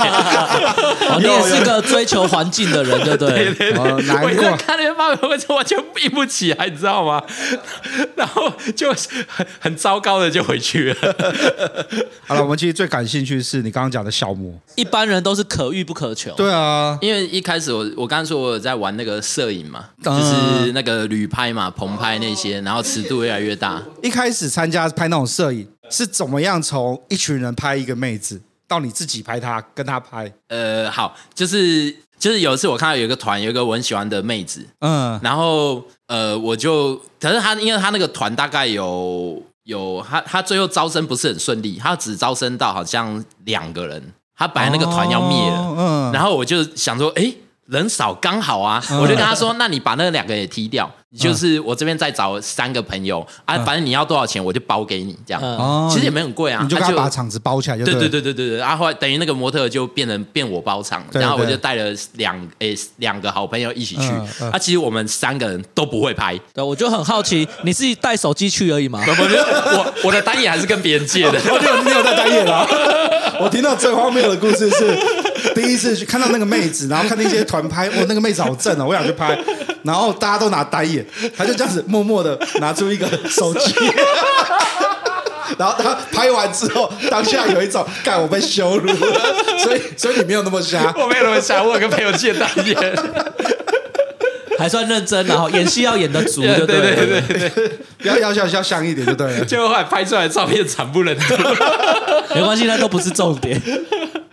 哦你也是个追求环境的人，对 不对？
哦难
我一直
怪
看那边发霉，我就完全硬不起来，你知道吗？ 然后就很很糟糕的就回 去了。
好了，我们其实最感兴趣是你刚刚讲的小魔。
一般人都是可遇不可求。
对啊，
因为一开始我我刚刚说我有在玩那个摄影嘛，就
嗯
是那个旅拍嘛、棚拍那些，然后尺度越来越大。
一开始参加拍那种摄影是怎么样从一群人拍一个妹子，到你自己拍他，跟他拍，
呃，好，就是就是有一次我看到有一个团，有一个我很喜欢的妹子，
嗯
然后呃，我就可是他，因为他那个团大概有有他他最后招生不是很顺利，他只招生到好像两个人，他本来那个团要灭了，
哦嗯
然后我就想说，诶，人少刚好啊，我就跟他说，那你把那两个也踢掉，
嗯
就是我这边再找三个朋友啊，反正你要多少钱我就包给你这样，
嗯
哦
其实也没很贵啊，
你就
他
跟他把场子包起来就
对
对
对
了
对对对对，啊，后来等于那个模特就变成变我包场，
对
然后我
对
就带了两诶两个好朋友一起去
嗯，嗯
啊，其实我们三个人都不会拍，
对，我就很好奇，你自己带手机去而已嘛？
我就我我的单眼还是跟别人借的，
你有你有在单眼 啦、我听到最荒谬的故事是， 第一次去看到那个妹子，然后看那些团拍，哇，那个妹子好正哦，我想去拍。然后大家都拿单眼，他就这样子默默的拿出一个手机， 然后他拍完之后，当下有一种干我被羞辱了，所以所以你没有那么瞎。
我没有那么想，我有跟朋友借单眼，
还算认真啦，然后演戏要演得足，
对
对
对
对
对
对。
对对，
不要要要要像一点就对了。
结果后来拍出来的照片惨不忍睹，
没关系，那都不是重点。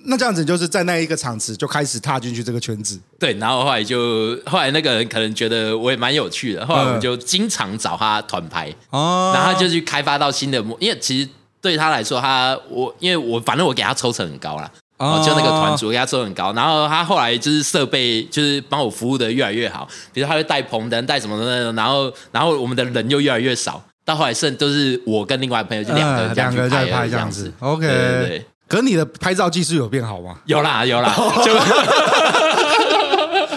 那这样子就是在那一个场子就开始踏进去这个圈子，
对，然后后来就后来那个人可能觉得我也蛮有趣的，后来我们就经常找他团拍，
哦
然后他就去开发到新的模，因为其实对他来说，他我因为我反正我给他抽成很高啦。哦，就那个团
嗯
主给他抽很高，然后他后来就是设备就是帮我服务的越来越好，比如他会带棚灯、带什么的，然后然后我们的人又越来越少，到后来剩都是我跟另外朋友就两个人
嗯
这
两
样去
个人在
拍
拍
而
这
已这
样
样
子
子。
，OK。
对对对，
可你的拍照技术有变好吗？
有啦有啦，就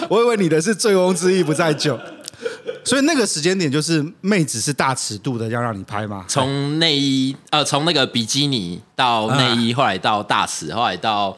我以为你的是醉翁之意不在酒，所以那个时间点就是妹子是大尺度的要让你拍嘛。
从内衣呃，从那个比基尼到
嗯
内衣，后来到大尺，后来到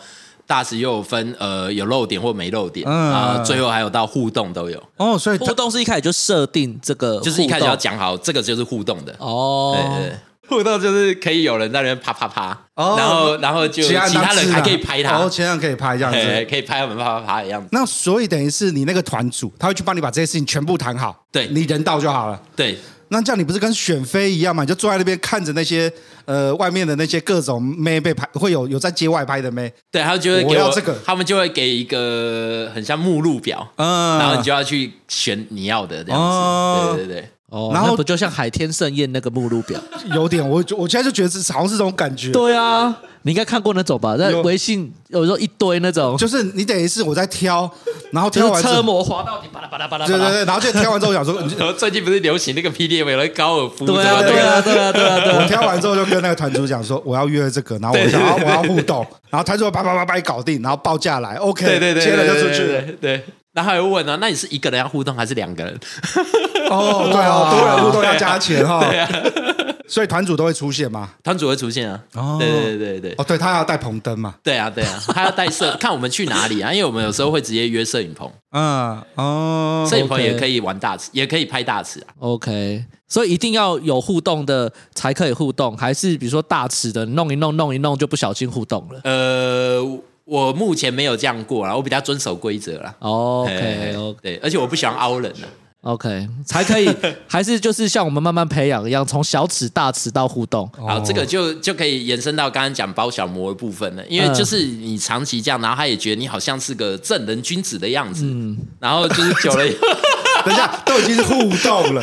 大尺又有分呃有露点或没露点
嗯
啊、最后还有到互动都有，
哦，所以
互动是一开始就设定这个互动，
就是一开始要讲好，这个就是互动的，对对
哦。
对。互动就是可以有人在那边啪啪啪，
哦
然后然后就其
他
他
当
人
吃
还
啊
可以拍他，
哦，其他人可以拍这样
哎
子。
可以拍我们啪啪啪的样子。
那所以等于是你那个团组，他会去帮你把这些事情全部谈好，
对
你人到就好了。
对，
那这样你不是跟选妃一样嘛？你就坐在那边看着那些呃外面的那些各种妹被拍，会有有在街外拍的妹，
对，他就会
我
给
要
我
这个
他们就会给一个很像目录表，
嗯
然后你就要去选你要的这样子。
哦
对对对，
哦，
然后
那不就像海天盛宴那个目录表？
有点我我现在就觉得是好像是这种感觉。
对啊，你应该看过那种吧？在
有
微信有时候一堆那 种，
就是你等于是我在挑，然后挑
就
完
是
之
车
后，
模滑到底，巴拉巴拉巴拉巴
对对
拉。
对，然后就挑完之后我想 说，你就
然后最近不是流行那个 PDM 有人高尔夫
对啊，
什么的
对啊，对啊，对啊，对
我
啊！
挑完之后就跟那个团主讲说，我要约这个， 然后我想要我要互动，然后团主就叭叭叭叭搞定，然后报价来，OK，
对对对，
接啊了就
对
出去。
对
了。
对对，然后还会问啊，那你是一个人要互动还是两个人？
哦，对哦，
哇
多人互动要加钱 哈，
啊
所以团主都会出现嘛。
团主会出现啊。
哦
对对对对对
哦，对他要带红灯嘛，
对啊对啊，他要带摄， 看我们去哪里啊？因为我们有时候会直接约摄影棚，
嗯，哦
摄影棚
OK
也可以玩大尺，也可以拍大尺啊。
OK，所以一定要有互动的才可以互动，还是比如说大尺的弄一弄弄一弄就不小心互动了
呃，我目前没有这样过啦，我比较遵守规则啦。
？OK
哎
OK
对，而且我不喜欢凹人啊。
OK，才可 以，还是就是像我们慢慢培养一样，从小尺大尺到互 动。
好，这个就就可以延伸到刚刚讲包小魔的部分了，因为就是你长期这样，然后他也觉得你好像是个正人君子的样子，然后就是久了以后。
等一下都已经是互动了，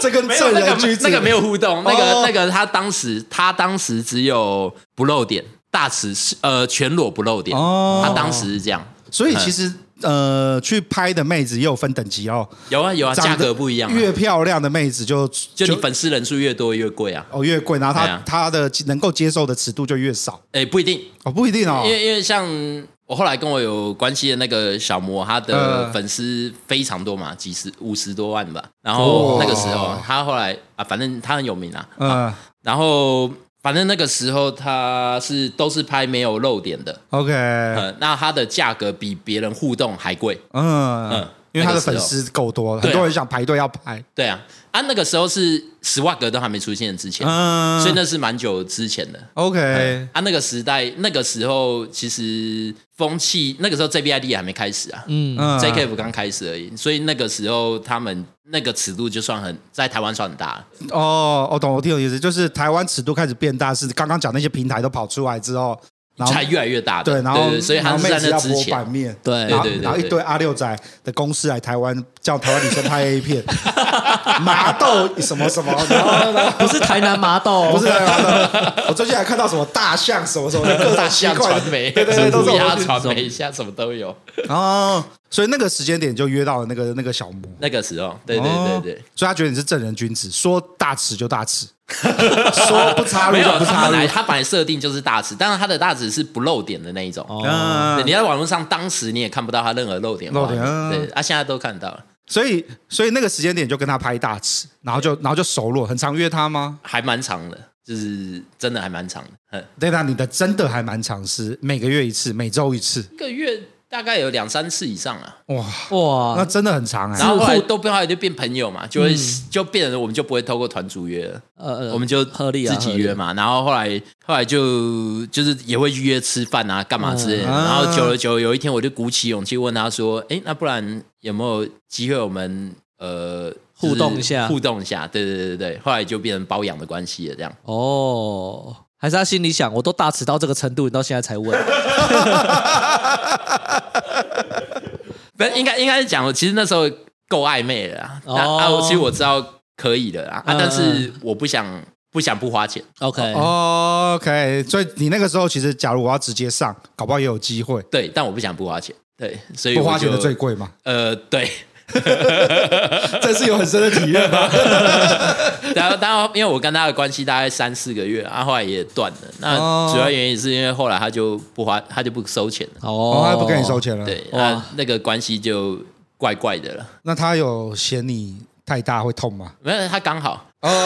这跟
没有
正
那
人
个
君子
那个没有互动，那个、
哦
那个他当时他当时只有不露点，大尺是呃全裸不露点，
哦
他当时是这样，
所以其实呃，去拍的妹子也有分等级哦，
有啊有啊，
长
价
得
格不一样啊、
越漂亮的妹子就
就你粉丝人数越多越贵啊，
哦越贵，然后她
哎呀
她的能够接受的尺度就越少
哎、不一定，
哦，不一定哦
因，为因为像我后来跟我有关系的那个小魔，他的
嗯
粉丝非常多嘛，几十五十多万吧，然
哦
后那个时候他后来啊，反正他很有名啊，
嗯
然后反正那个时候他是都是拍没有露点的。
，OK，
呃，那它的价格比别人互动还贵，
嗯
嗯，
因为他的
那个
粉
时候
丝够多，
对
很
啊
多人想排队要排，
对啊，啊那个时候是十万格都还没出现之前，
嗯，
啊所以那是蛮久之前的。
OK，
啊，那个时代，那个时候其实风气，那个时候 JBID 也还没开始啊、
嗯，
嗯
j k f 刚开始而已，所以那个时候他们那个尺度就算很在台湾算很大了。
哦哦，我懂，我挺有意思，就是台湾尺度开始变大，是刚刚讲那些平台都跑出来之后，然后
才越来越大的，
对，然后
所以
然
他
后
是
妹
在
子
那
要
之
博
前
版，面，
对
然后
对对对
然后一
对
堆阿六仔的公司来台湾叫台湾女生拍 A 片， 麻豆什么什么，然 后然后
不是台南麻豆、
不是麻豆，我最近还看到什么大象什么什么的，各种
大象
奇怪的
传媒，
对对 对，都是
乌
我
鸦
们去
传媒，现在什么都有。
哦，所以那个时间点就约到了那个那个小魔，
那个时候，对对对对
哦，所以他觉得你是正人君子，说大尺就大尺，说不插入
没有
就不
他
插
本来
入。
他本来设定就是大尺，但是他的大尺是不露点的那一种。
嗯
对你在网络上当时你也看不到他任何露点
露
画
点
面，
嗯
对啊，现在都看到了，
所以所以那个时间点就跟他拍大尺，然后就然后就熟络，很常约他吗？
还蛮长的，就是真的还蛮长的，嗯，
对啦，你的真的还蛮常是每个月一次，每周一次，
一个月大概有两三次以上啊。
哇，那
哇，
真的很长哎、
然后后来都不后来就变朋友嘛，就会、就变成我们就不会透过团组约了，
嗯呃，
我们就
合理啊
自己约嘛。然后后来后来就就是也会约吃饭啊，干嘛之类的。
嗯
然后久了久了，有一天我就鼓起勇气问他说：“哎、那不然有没有机会我们呃就是
互动一下
互动一下？”对对对对对，后来就变成包养的关系了，这样。
哦，还是他心里想，我都大尺到这个程度，你到现在才问，
不是，应该应该是讲，其实那时候够暧昧了啦。那
哦
啊，我其实我知道可以的啦，啊，
嗯
但是我不想不想不花钱。
OK，、
哦 OK，所以你那个时候其实，假如我要直接上，搞不好也有机会。
对，但我不想不花钱。对，所以
不花
我就
钱的最贵嘛，
呃，对。
这是有很深的体验啊吧？
然后，然后，因为我跟他的关系大概三四个月，啊，后来也断了。
哦
那主要原因是因为后来他就不花，他就不收钱了。
哦，
哦，
他不跟你收，钱了。
对，
哇
那那个关系就怪怪的了。
那他有嫌你太大会痛吗？
没有，他刚 好，
哦，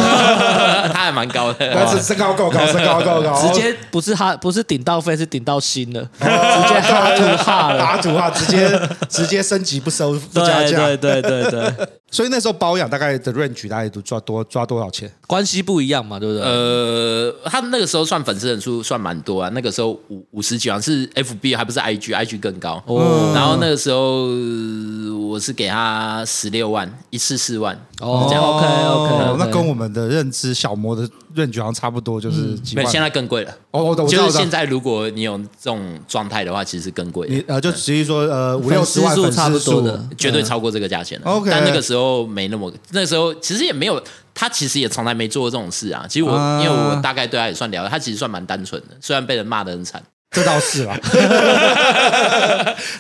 他还蛮高的。
但是身高够高，身高够高，哦
直接不是他，不是顶到肺，是顶到心了，直接哈土哈了。
打土哈，直接直接升级不收 不加
对对
价。
对 对对，
所以那时候保养大概的 range 大概都抓多抓多少钱？
关系不一样嘛，对不对？
呃，他那个时候算粉丝人数算蛮多啊，那个时候五五十几万是 FB 还不是 IG，IG 更高。
哦
然后那个时候呃我是给他十六万，一次四万，
哦
这样
OK，OK，OK
哦那跟我们的认知小魔的 range 好像差不多，就是几
嗯
万
没有。现在更贵了。
哦，我懂，我知道
就是
我知道
现在，如果你有这种状态的话，其实更贵
你
的，
呃，就只是说呃五六十万
数
粉
差不
丝
多
数
的，
绝对超过这个价钱了。
嗯 OK
但那个时候没那么，那时候其实也没有，他其实也从来没做过这种事啊。其实我、
啊
因为我大概对他也算了解，他其实算蛮单纯的，虽然被人骂得很惨。
这倒是啦。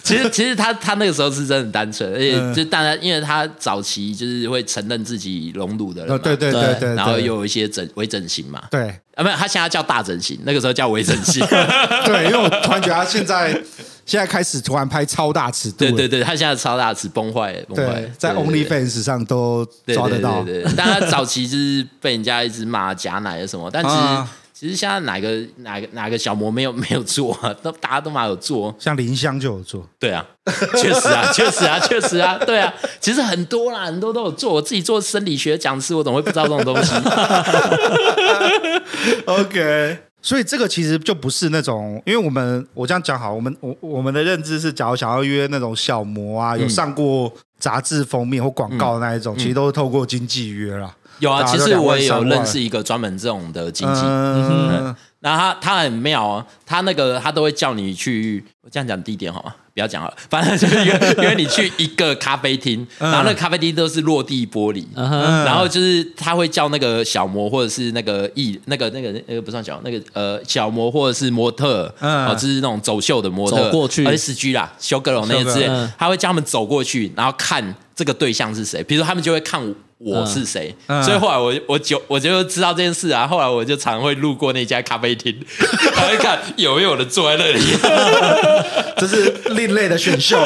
其实，其实他他那个时候是真的很单纯，而且
嗯
就当然，因为他早期就是会承认自己隆乳的人
呃
嘛，
对对对对，
然后
对
又有一些整微整形嘛，
对
啊，没有，他现在叫大整形，那个时候叫微整 形，
对，因为我突然觉得他现在现在开始突然拍超大尺度
对
了，
对对，他现在超大尺崩坏了，崩坏
对
了，，
在
对对对
OnlyFans 上都
对
抓得到
对。对对对但他早期就是被人家一直骂假奶什么，但其实、
啊
其实现在哪个哪个哪个小模没有没 有做、啊，都大家都蛮有做，
像林香就有做，
对啊，确实 啊，确实啊，确实啊，对啊，其实很多啦，很多都有做。我自己做生理学讲师，我怎么会不知道这种东 西？
OK，所以这个其实就不是那种，因为我们我这样讲好，我们我我们的认知是，假如想要约那种小模啊，有上过杂志封面或广告的那一种，其实都是透过经纪约啦。
有啊，
大家
其
都
实我也
两
有
万三万
认识一个专门这种的经纪，
嗯，
那他他很妙哦，他那个他都会叫你去，我这样讲地点好吗？不要讲了，反正就是约约你去一个 咖啡厅，然后那个咖啡厅都是落地玻璃，
嗯哼
然后就是他会叫那个小模或者是那个艺那个那个那个不算小模那个呃小模或者是模特，
嗯
哦就是那种走秀的模特哦
走过去
，S G 啦，修格龙那些之类
修格嗯，
他会叫他们走过去，然后看这个对象是谁，比如说他们就会看我。我是谁？
嗯
所以后来我我就我就知道这件事啊。后来我就常会路过那家咖啡厅， 然后一看有没有人坐在那里。
这是另类的选秀。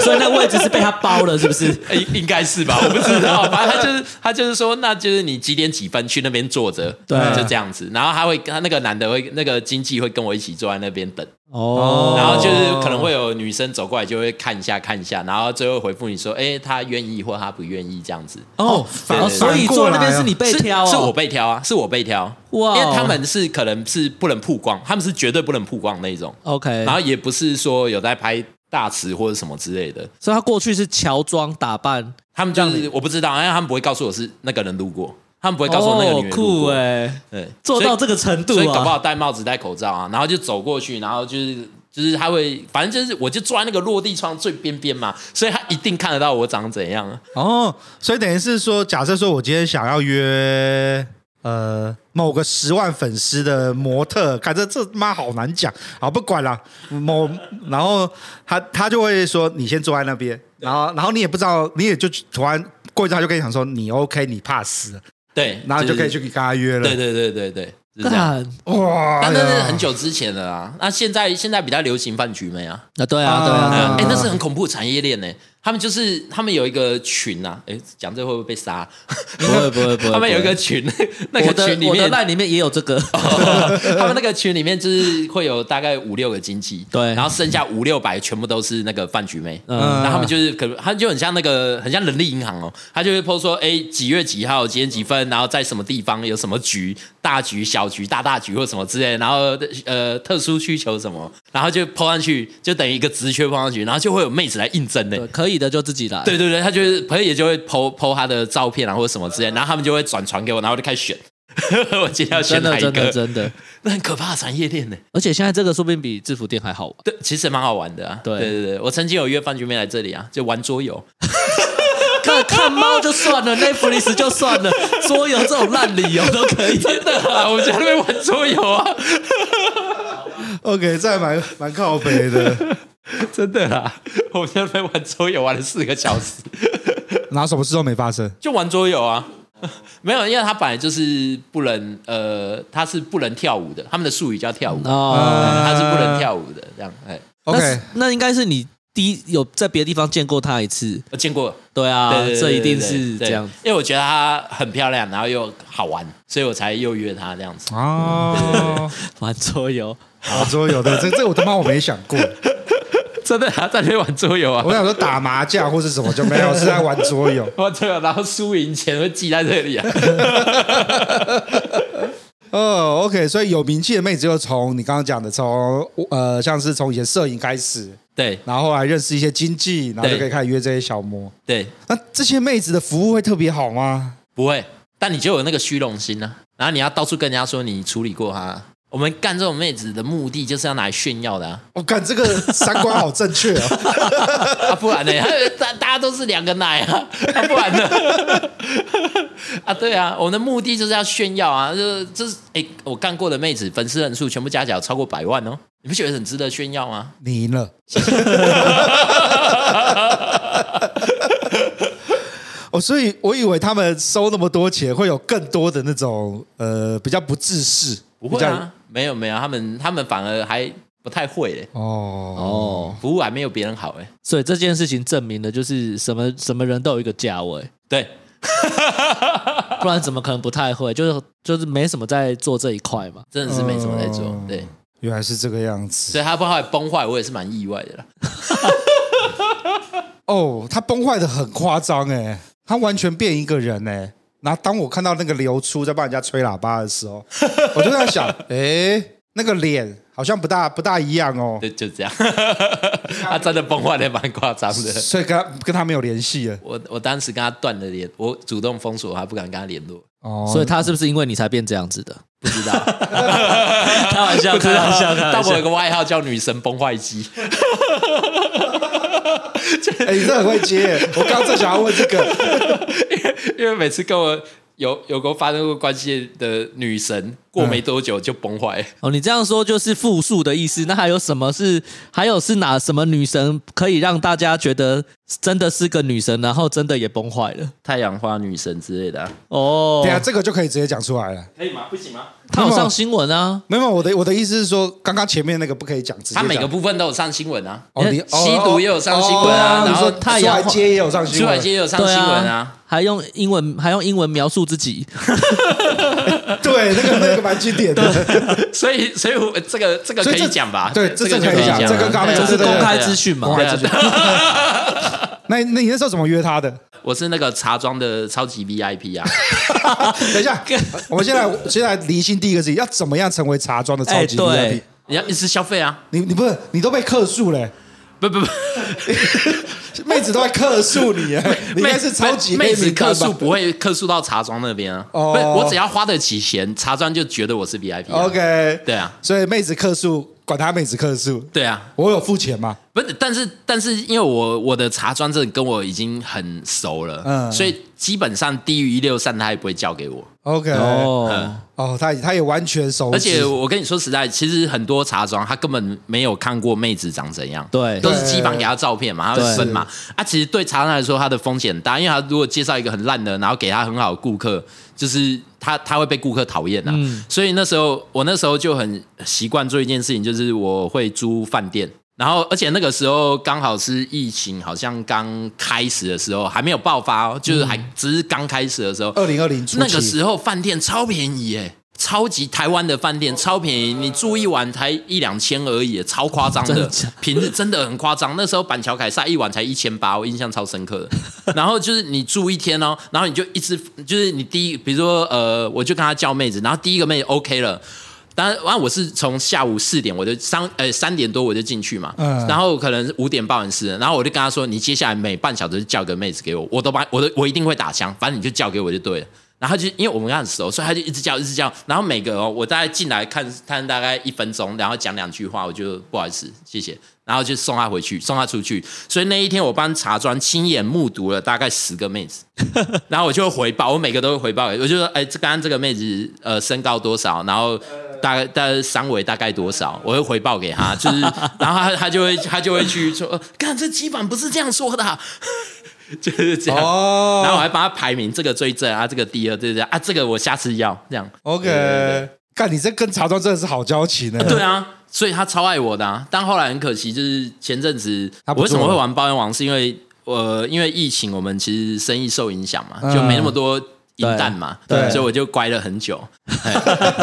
所以那位置是被他包了，是不是？
应应该是吧，我不知道，反正他就是他就是说，那就是你几点几分去那边坐着，
对
就这样子。然后他会他那个男的会那个经纪会跟我一起坐在那边等，
哦，
然后就是可能会有女生走过来就会看一下看一下，然后最后回复你说，哎，他愿意或他不愿意这样子。
哦，
对
哦
对
所以
反过
坐
来
那
啊
边是你被
是
挑哦，
是我被挑啊，是我被挑，
哇哦
因为他们是可能是不能曝光，他们是绝对不能曝光那一种，
OK，
然后也不是说有在拍大词或者什么之类的，
所以他过去是乔装打扮，嗯
他们就是我不知道，因为他们不会告诉我是那个人路过，他们不会告诉我那个女
哦
的路
酷
过，
哎、
对，
做
所以
到这个程度
所以搞不
啊！
好戴帽子、戴口罩啊，然后就走过去，然后就是就是他会，反正就是我就坐在那个落地窗最边边嘛，所以他一定看得到我长怎样啊。
哦，所以等于是说，假设说我今天想要约呃某个十万粉丝的模特，看这这妈好难讲，好不管了，某然后他他就会说你先坐在那边，然后然后你也不知道，你也就突然过一阵他就跟你讲说你 OK 你怕死，
对，
然后你就可以
是
去跟他约了，
对对对对对，是这样。
干
哇，
但那
哎
是
呀
很久之前了啊，那现在现在比较流行饭局妹啊，
啊，对
啊
啊，对啊，
嗯
对啊
哎、那是很恐怖的产业链呢、他们就是他们有一个群啊，哎、讲这会不会被杀？
不会不会不会，
他们有一个
不
群， 那
会我
个
的
群里
我的
面，
赖里面也有这 个，
他们那个群里面就是会有大概五六个经济，
对
然后剩下五六百全部都是那个饭局妹，
嗯
然后他们就是可能，他就很像那个很像人力银行哦，他就会 PO 说，哎，几月几号，几点几分，然后在什么地方有什么局，大局、小局、大大局或什么之类的，然后呃特殊需求什么，然后就 PO 上去，就等于一个职缺 PO 上去，然后就会有妹子来应征呢
对。可以的就自己来。
对对对，他就是朋友也就会 PO PO 他的照片啊或者什么之类的，然后他们就会转传给我，然后我就开始选， 我今天要选
真的
哪一
真的
个？
真的，
那很可怕的产业链呢。
而且现在这个说不定比制服店还好玩。
对，其实蛮好玩的啊。
对
对对对，我曾经有约饭局妹来这里啊，就玩桌 游。
看 看猫就算了，Netflix 就算 了，桌游这种烂理由都可以。真的，
啊， 我们在那边玩桌游啊，
OK，这还 蛮蛮靠北的，
真的啊啦，我们在那边玩桌游玩了四个小时，
然后什么事都没发生，
就玩桌游啊。 没有，因为他本来就是不能，呃，他是不能跳舞的，他们的术语叫跳舞，嗯
哦，
他是不能跳舞的，这样，哎，
那
OK
是那应该是你第一有在别的地方见过他一次，
我见过，
对啊，
对对对
这一定
对
是
对
这样。
因为我觉得她很漂亮，然后又好玩，所以我才又约她这样 子。
哦，
玩桌游，
打桌游的，这这我他妈我没想过。
真的啊，在那边玩桌游 啊
我想说打麻将或是什么就没有，是在玩桌游。
玩桌游，然后输赢钱会记在这里啊。
哦，OK，所以有名气的妹子就从你刚刚讲的，从呃，像是从以前摄影开始，
对
然后后来认识一些经纪，然后就可以开始约这些小模。
对，
那这些妹子的服务会特别好吗？
不会，但你就有那个虚荣心啊，然后你要到处跟人家说你处理过她。我们干这种妹子的目的就是要拿来炫耀的啊，
我、看哦这个三观好正确哦。
啊不然呢？ 大大家都是两个奶啊，啊不然呢？啊对啊，我们的目的就是要炫耀啊，就是就是哎，我干过的妹子粉丝人数全部加起来有超过百万哦，你不觉得很值得炫耀吗？
你赢了。哦，所以我以为他们收那么多钱，会有更多的那种呃比较不自私，
不
比
会
较
啊，没有没有，他们他们反而还不太会嘞，
哦
哦，
服务还没有别人好哎。
所以这件事情证明了，就是什么什么人都有一个价位，
对，
不然怎么可能不太会？就是就是没什么在做这一块嘛。
真的是没什么在做，
哦
对，
原来是这个样子。
所以他不后来崩坏，我也是蛮意外的啦。
哦，他崩坏的很夸张哎，他完全变一个人哎。然后当我看到那个流出在帮人家吹喇叭的 时候，我就在想，哎，那个脸好像不大不大一样哦，
对，就这样， 他真的崩坏的蛮夸张的。
所以跟他跟他没有联系了。
我我当时跟他断了联，我主动封锁他，不敢跟他联络。
哦，
所以他是不是因为你才变这样子的？
不知 道，
开玩笑，开玩笑，开
但
玩
我有
笑。
个外号叫“女神崩坏机
哎，你这很会接耶，我刚正想要问这 个，”，
哦因为每次跟我有有过发生过关系的女神，过没多久就崩坏。
哦，你这样说就是复数的意思。那还有什么是？还有是哪什么女神可以让大家觉得真的是个女神，然后真的也崩坏了？
太阳花女神之类的、啊，
哦
等一，下这个就可以直接讲出来了。
可以吗？不行吗？
她有上新闻啊。
没有，我的我的意思是说，刚刚前面那个不可以讲，直接
他
讲
每个部分都有上新闻啊，
哦，你哦
吸毒也有上新闻
哦
啊然
你
后
说
太阳
出来街也有上新
出
闻
来，街也有上
对
新闻啊。
啊，还用英文还用英文描述自 己，
对，那个那个蛮经典 的。
所以，所以我这个这个
所
可
以这
以讲吧？
对
这个
这
就
可以讲这
讲，
跟刚刚那
对
个
这
啊
是
对
公
对
开资。讯嘛
公？
对
开
啊
资
对
讯
啊对啊
那那你那时候怎么约他的？
我是那个茶庄的超级 VIP 啊，
等一下，我们现在现在厘清第一个事情，要怎么样成为茶庄的超级
哎
VIP？、
对
你要一直消费啊，
你你不是你都被克诉嘞、欸
不不不，
妹子都在客诉你，哎，你应该是超级
妹
黑
妹子
名单
客
吧
诉不会客诉到茶庄那边啊，
哦
不是，我只要花得起钱，茶庄就觉得我是 VIP 啊。
OK，
对啊，
所以妹子客诉，管他妹子客诉，
对啊，
我有付钱嘛？
不是，但是但是，因为我我的茶庄证跟我已经很熟了，
嗯
所以基本上低于一六三他也不会交给我。
OK，哦，
哦，
他他也完全熟知，
而且我跟你说实在，其实很多茶庄他根本没有看过妹子长怎样，
对
都是机房给他照片嘛，他会
对
分嘛。啊，其实对茶庄来说，他的风险很大，因为他如果介绍一个很烂的，然后给他很好的顾客，就是他他会被顾客讨厌啊。
嗯
所以那时候我那时候就很习惯做一件事情，就是我会租饭店。然后，而且那个时候刚好是疫情，好像刚开始的时候，还没有爆发哦，就是
嗯
还、只是刚开始的时候。
二零二零初
那
期，
个时候饭店超便宜耶、超级台湾的饭店
哦
超便宜，你住一晚才一两千而已耶，超夸张
真的
的
假的。
平日真的很夸张，那时候板桥凯撒一晚才一千八，我印象超深刻 的。然后就是你住一天哦，然后你就一直就是你第一，比如说呃，我就跟他叫妹子，然后第一个妹子 OK 了。当然，然后我是从下午四点，我就三呃三点多我就进去嘛，
嗯
然后可能五点报完事，然后我就跟他说，你接下来每半小时就叫个妹子给我，我都把我都我一定会打枪，反正你就叫给我就对了。然后他就因为我们跟他很熟，所以他就一直叫一直叫，然后每个哦，我大概进来看看大概一分钟，然后讲两句话，我就不好意思，谢谢，然后就送他回去，送他出去。所以那一天我帮茶庄亲眼目睹了大概十个妹子，然后我就会回报，我每个都会回报，我就说，哎，这刚刚这个妹子呃身高多少，然后大概大概三围大概多少，我会回报给她，就是，然后她她就会她就会去说，呃干这基本不是这样说的啊、 就是这样。
哦，
然后我还帮她排名，这个最正啊，这个第二，对不对啊？这个我下次要这样。
OK，干你这跟茶庄真的是好交情欸呢。
对啊，所以他超爱我的、啊。但后来很可惜，就是前阵子
他不
我为什
做
么
了
会玩包圆王，是因为呃，因为疫情，我们其实生意受影响嘛，
嗯
就没那么多。银蛋嘛，
对对
所以我就乖了很久， 哎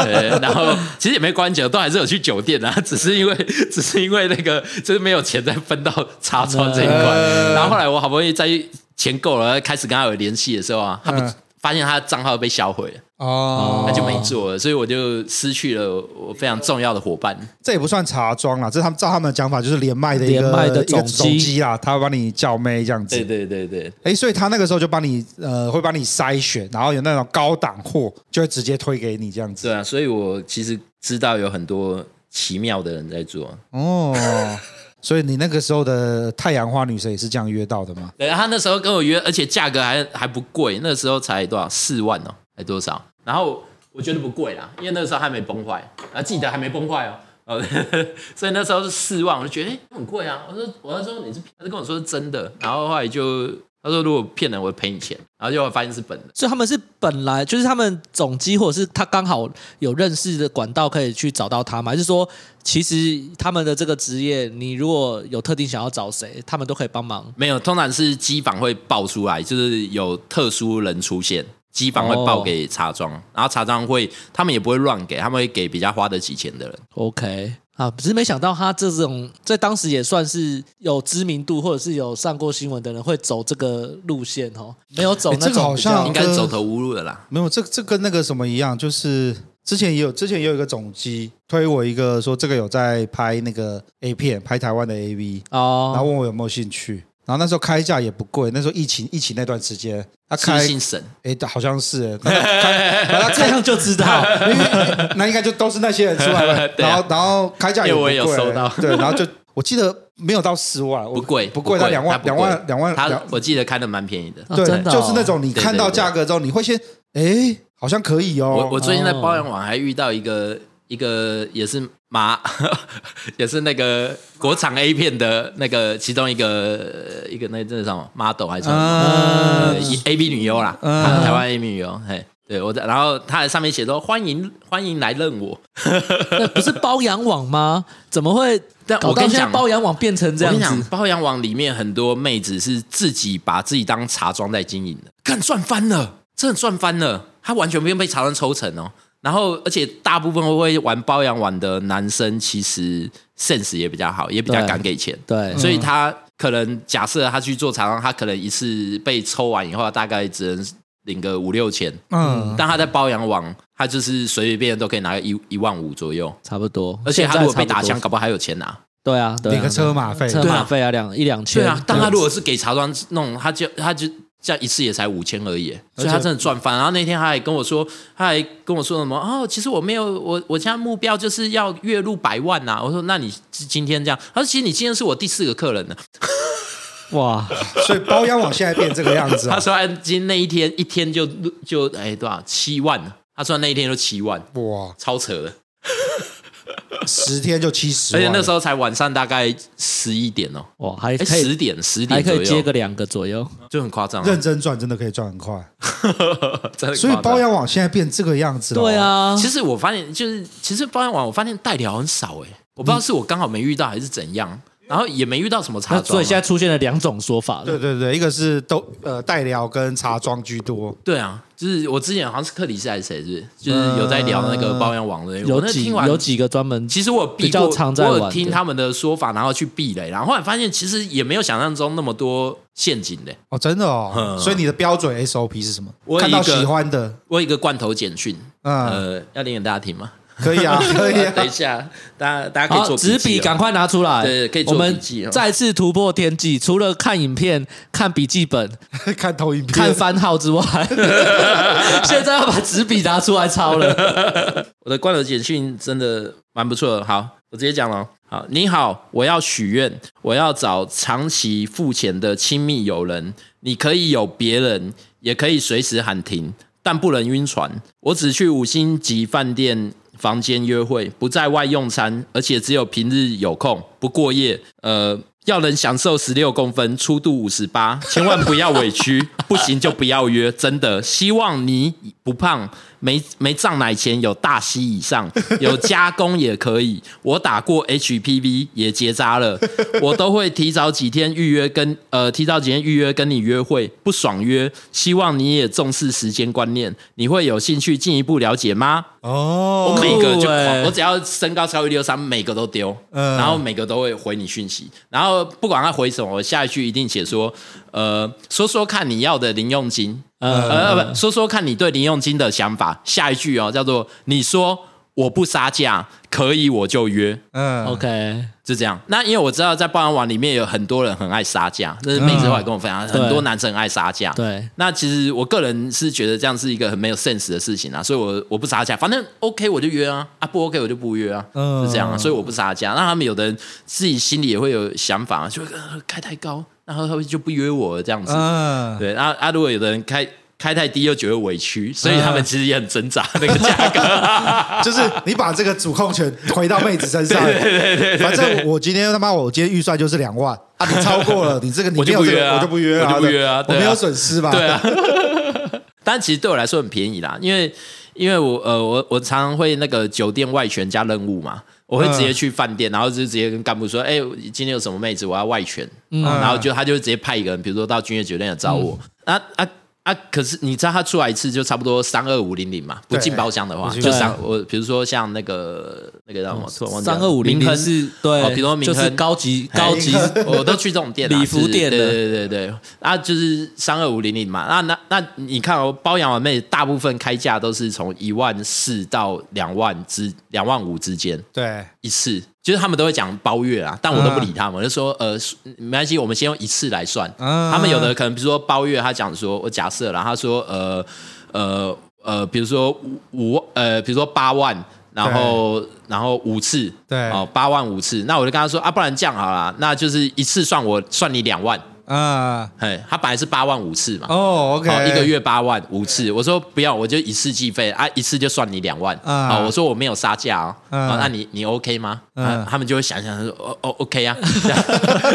对，然后其实也没关久，都还是有去酒店啊， 只是因为只是因为那个就是没有钱再分到茶庄这一块，
嗯
然后后来我好不容易在钱够了，开始跟他有联系的时候啊，他不
嗯
发现他的账号被销毁了，
哦，
他就没做了，所以我就失去了我非常重要的伙伴。
这也不算茶庄啊啦，这是他们照他们的讲法就是连麦的一个
连麦的
一个
总机
总机啦，他帮你叫妹这样子。
对对对，
哎，所以他那个时候就帮你呃会帮你筛选，然后有那种高档货就会直接推给你这样子。
对啊，所以我其实知道有很多奇妙的人在做。
哦，所以你那个时候的太阳花女神也是这样约到的吗？
对，他那时候跟我约，而且价格还还不贵，那时候才多少四万哦，还多少？然后我觉得不贵啦，因为那个时候还没崩坏，啊，记得还没崩坏哦。哦， 所以那时候是四万，我就觉得、诶很贵啊。我说，我那时候你是，他就跟我说是真的，然后后来就他说如果骗人，我赔你钱，然后结果发现是本的。
所以他们是本来就是他们总机，或者是他刚好有认识的管道可以去找到他吗？还是说，其实他们的这个职业，你如果有特定想要找谁，他们都可以帮忙？
没有，通常是机房会爆出来，就是有特殊人出现，机房会报给茶庄，然后茶庄会，他们也不会乱给，他们会给比较花得起钱的人。
OK 啊，只是没想到他这种在当时也算是有知名度，或者是有上过新闻的人，会走这个路线哦，没有走
诶
那
这个
种
好
比较、
像
应该是走投无路的啦。
没有，这这跟那个什么一样，就是之前也有之前也有一个总机推我一个说这个有在拍那个 A 片，拍台湾的 AV，然后
哦，
问我有没有兴趣。然后那时候开价也不贵，那时候疫情疫情那段时间，他
是不是
开
姓沈，
哎好像是诶，然后开然后他
这
开
样就知道。
因为那 应该就都是那些人出来了，
对啊
然后然后开价也不
因为我
贵，
也有收到
对，然后就我记得没有到十万，我
不贵，
不贵，到两万
他
两
不贵哦
万两万
他
两
我记得开的蛮便宜的。
啊
对，
真的哦
就是那种你
对
看
对
到
对
价格之后，你会先哎好像可以哦
我，我最近在
哦
包养网还遇到一个一个也是麻， 也是那个国产 A 片的那个其中一个一个那真的什么 model 还是什么
啊
呃，A B 女优啦，
嗯
啊台湾 A B 女优，嘿。对我在，然后他在上面写说欢迎欢迎来认我，
那不是包养网吗？怎么会
但
搞
我
到
跟你
现在
讲
包养网变成这
我
样
跟你讲，
子？
包养网里面很多妹子是自己把自己当茶庄在经营的，干赚翻了，真的赚翻了，他完全不用被茶庄抽成哦。然后，而且大部分会玩包养网的男生，其实 sense 也比较好，也比较
对
敢给钱。
对，
所以他可能假设他去做茶庄，他可能一次被抽完以后，大概只能领个五六千。
嗯，
但他在包养网，他就是随随便便都可以拿个一一万五左右，
差不多。
而且他如果被打
现在差
枪，
不多
搞不好还有钱拿。
对啊，对
领
啊
个，车马费，
车
对
马
啊
费啊，两一两千。
对啊，但他如果是给茶庄弄，他就他就这样一次也才五千而已，所以他真的赚翻。然后那天他还跟我说，他还跟我说什么哦，其实我没有，我我现在目标就是要月入百万啊呐、我说那你今天这样，他说其实你今天是我第四个客人了。
哇，
所以包养网现在变这个样子
他
啊！
说哎今天那一天一天就就哎多少七万，他说那一天就七万，
哇，
超扯的。
十天就七十，
而且那时候才晚上大概十一点哦，
哇，还
哎
可以
十点十
还
点
可
左
以接个
右，
两个左右，
就很夸张啊，
认真赚真的可以赚很快，
真的很
所以
夸张
包养网现在变这个样子了。
对，啊，
其实我发现，就是其实包养网，我发现代聊很少哎、我不知道是我刚好没遇到还是怎样，然后也没遇到什么茶
那
庄
所
啊、
以现在出现了两种说法
对
了，
对对，一个是都呃代聊跟茶庄居多，
对啊，就是我之前好像是克里斯还是谁，是不是？就是有在聊那个包养网的、我
嗯有
那
几
听完
有几个专门，
其实我有避
比较
过，
常在玩
我
的
有听他们的说法，然后去避雷，然后后来发现其实也没有想象中那么多陷阱嘞。
哦，真的哦。
嗯
所以你的标准 SOP 是什么
我？有
看到
一个
喜欢的，
我有一个罐头简讯，
啊
嗯，
呃，要念给大家听吗？
可 以啊，可以啊
等一。下，大家大家可以
好，
做
纸
记
笔
哦
赶快拿出来，
对对可以做
我们
笔记哦
再次突破天际，除了看影片、看笔记本、
看投影
看
片，
番号之外， 现在要把纸笔拿出来抄 了。
我的罐头简讯真的蛮不错的。好，我直接讲了。好，你好，我要许愿，我要找长期付钱的亲密友人。你可以有别人，也可以随时喊停，但不能晕船。我只去五星级饭店房间约会，不在外用餐，而且只有平日有空，不过夜。呃，要能享受十六公分，粗度五十八，千万不要委屈， 不行就不要约，真的。希望你不胖，没没胀奶前有大息以上，有加工也可以。我打过 HPV 也结扎了，我都会提早几天预约跟呃提早几天预约跟你约会，不爽约。希望你也重视时间观念，你会有兴趣进一步了解吗？
哦
我，每个就
酷欸
狂，我只要身高超于六三，每个都丢，
嗯
然后每个都会回你讯息，然后不管他回什么，我下一句一定写说，呃，说说看你要的零用金，呃，呃不，说说看你对零用金的想法。下一句哦，叫做你说我不杀价，可以我就约，
嗯
OK，
就这样。那因为我知道在报案网里面有很多人很爱杀价，那是妹子后来跟我分享，很多男生很爱杀价，
对，
那其实我个人是觉得这样是一个很没有 sense 的事情啊，所以我我不杀价，反正 OK 我就约啊，啊不 OK 我就不约啊，
嗯
是这样啊，所以我不杀价。那他们有的人自己心里也会有想法，就会呃开太高，然后他们就不约我了这样子。
嗯，
对，啊啊，如果有的人开开太低又觉得委屈，所以他
嗯
们其实也很挣扎那个价格。
就是你把这个主控权回到妹子身 上。对对对反正我今天他妈我今天预算就是两万啊，你超过 了，你这个你
我
没
就
有
不
这
约
个
啊
我就不约啊，
我就不约啊
对
对啊
我没有损失吧？
对啊，但其实对我来说很便宜啦，因为因为我呃我我常常会那个酒店外权加任务嘛，我会直接去饭
嗯
店，然后就直接跟干部说，哎、今天有什么妹子我要外权，
嗯
哦然后就他就直接派一个人，比如说到君悦酒店来找我，
嗯
啊啊。啊！可是你知道他出来一次就差不多三二五零零嘛，不
对
进包厢的话，
不进
就
包厢
三我比如说像那个那个叫什么错忘记
嗯
了
三二五零
明
零
亨
是
哦
对，
比如说明
就是
亨
高级 高级，
我都去这种店啊、
哎礼服店的
就是对对对对，啊，就是三二五零零嘛，那那那你看哦，包养完妹大部分开价都是从一万四到两万之两万五之间
对
一次，就是他们都会讲包月啊，但我都不理他们，我就说呃没关系，我们先用一次来算，
嗯
他们有的可能比如说包月，他讲说我假设啦，他说呃呃呃，比如说五五呃，比如说八万。然后，然后五次，
对
哦，八万五次，那我就跟他说啊，不然这样好了，那就是一次算我算你两万，
啊，
嘿，他本来是八万五次嘛，
哦
好
，OK，
一个月八万五次，我说不要，我就一次计费啊，一次就算你两万
啊
啊、我说我没有杀价哦，
嗯
啊，那你你 OK 吗？
嗯
啊，他们就会想一想说哦哦 OK 啊，这样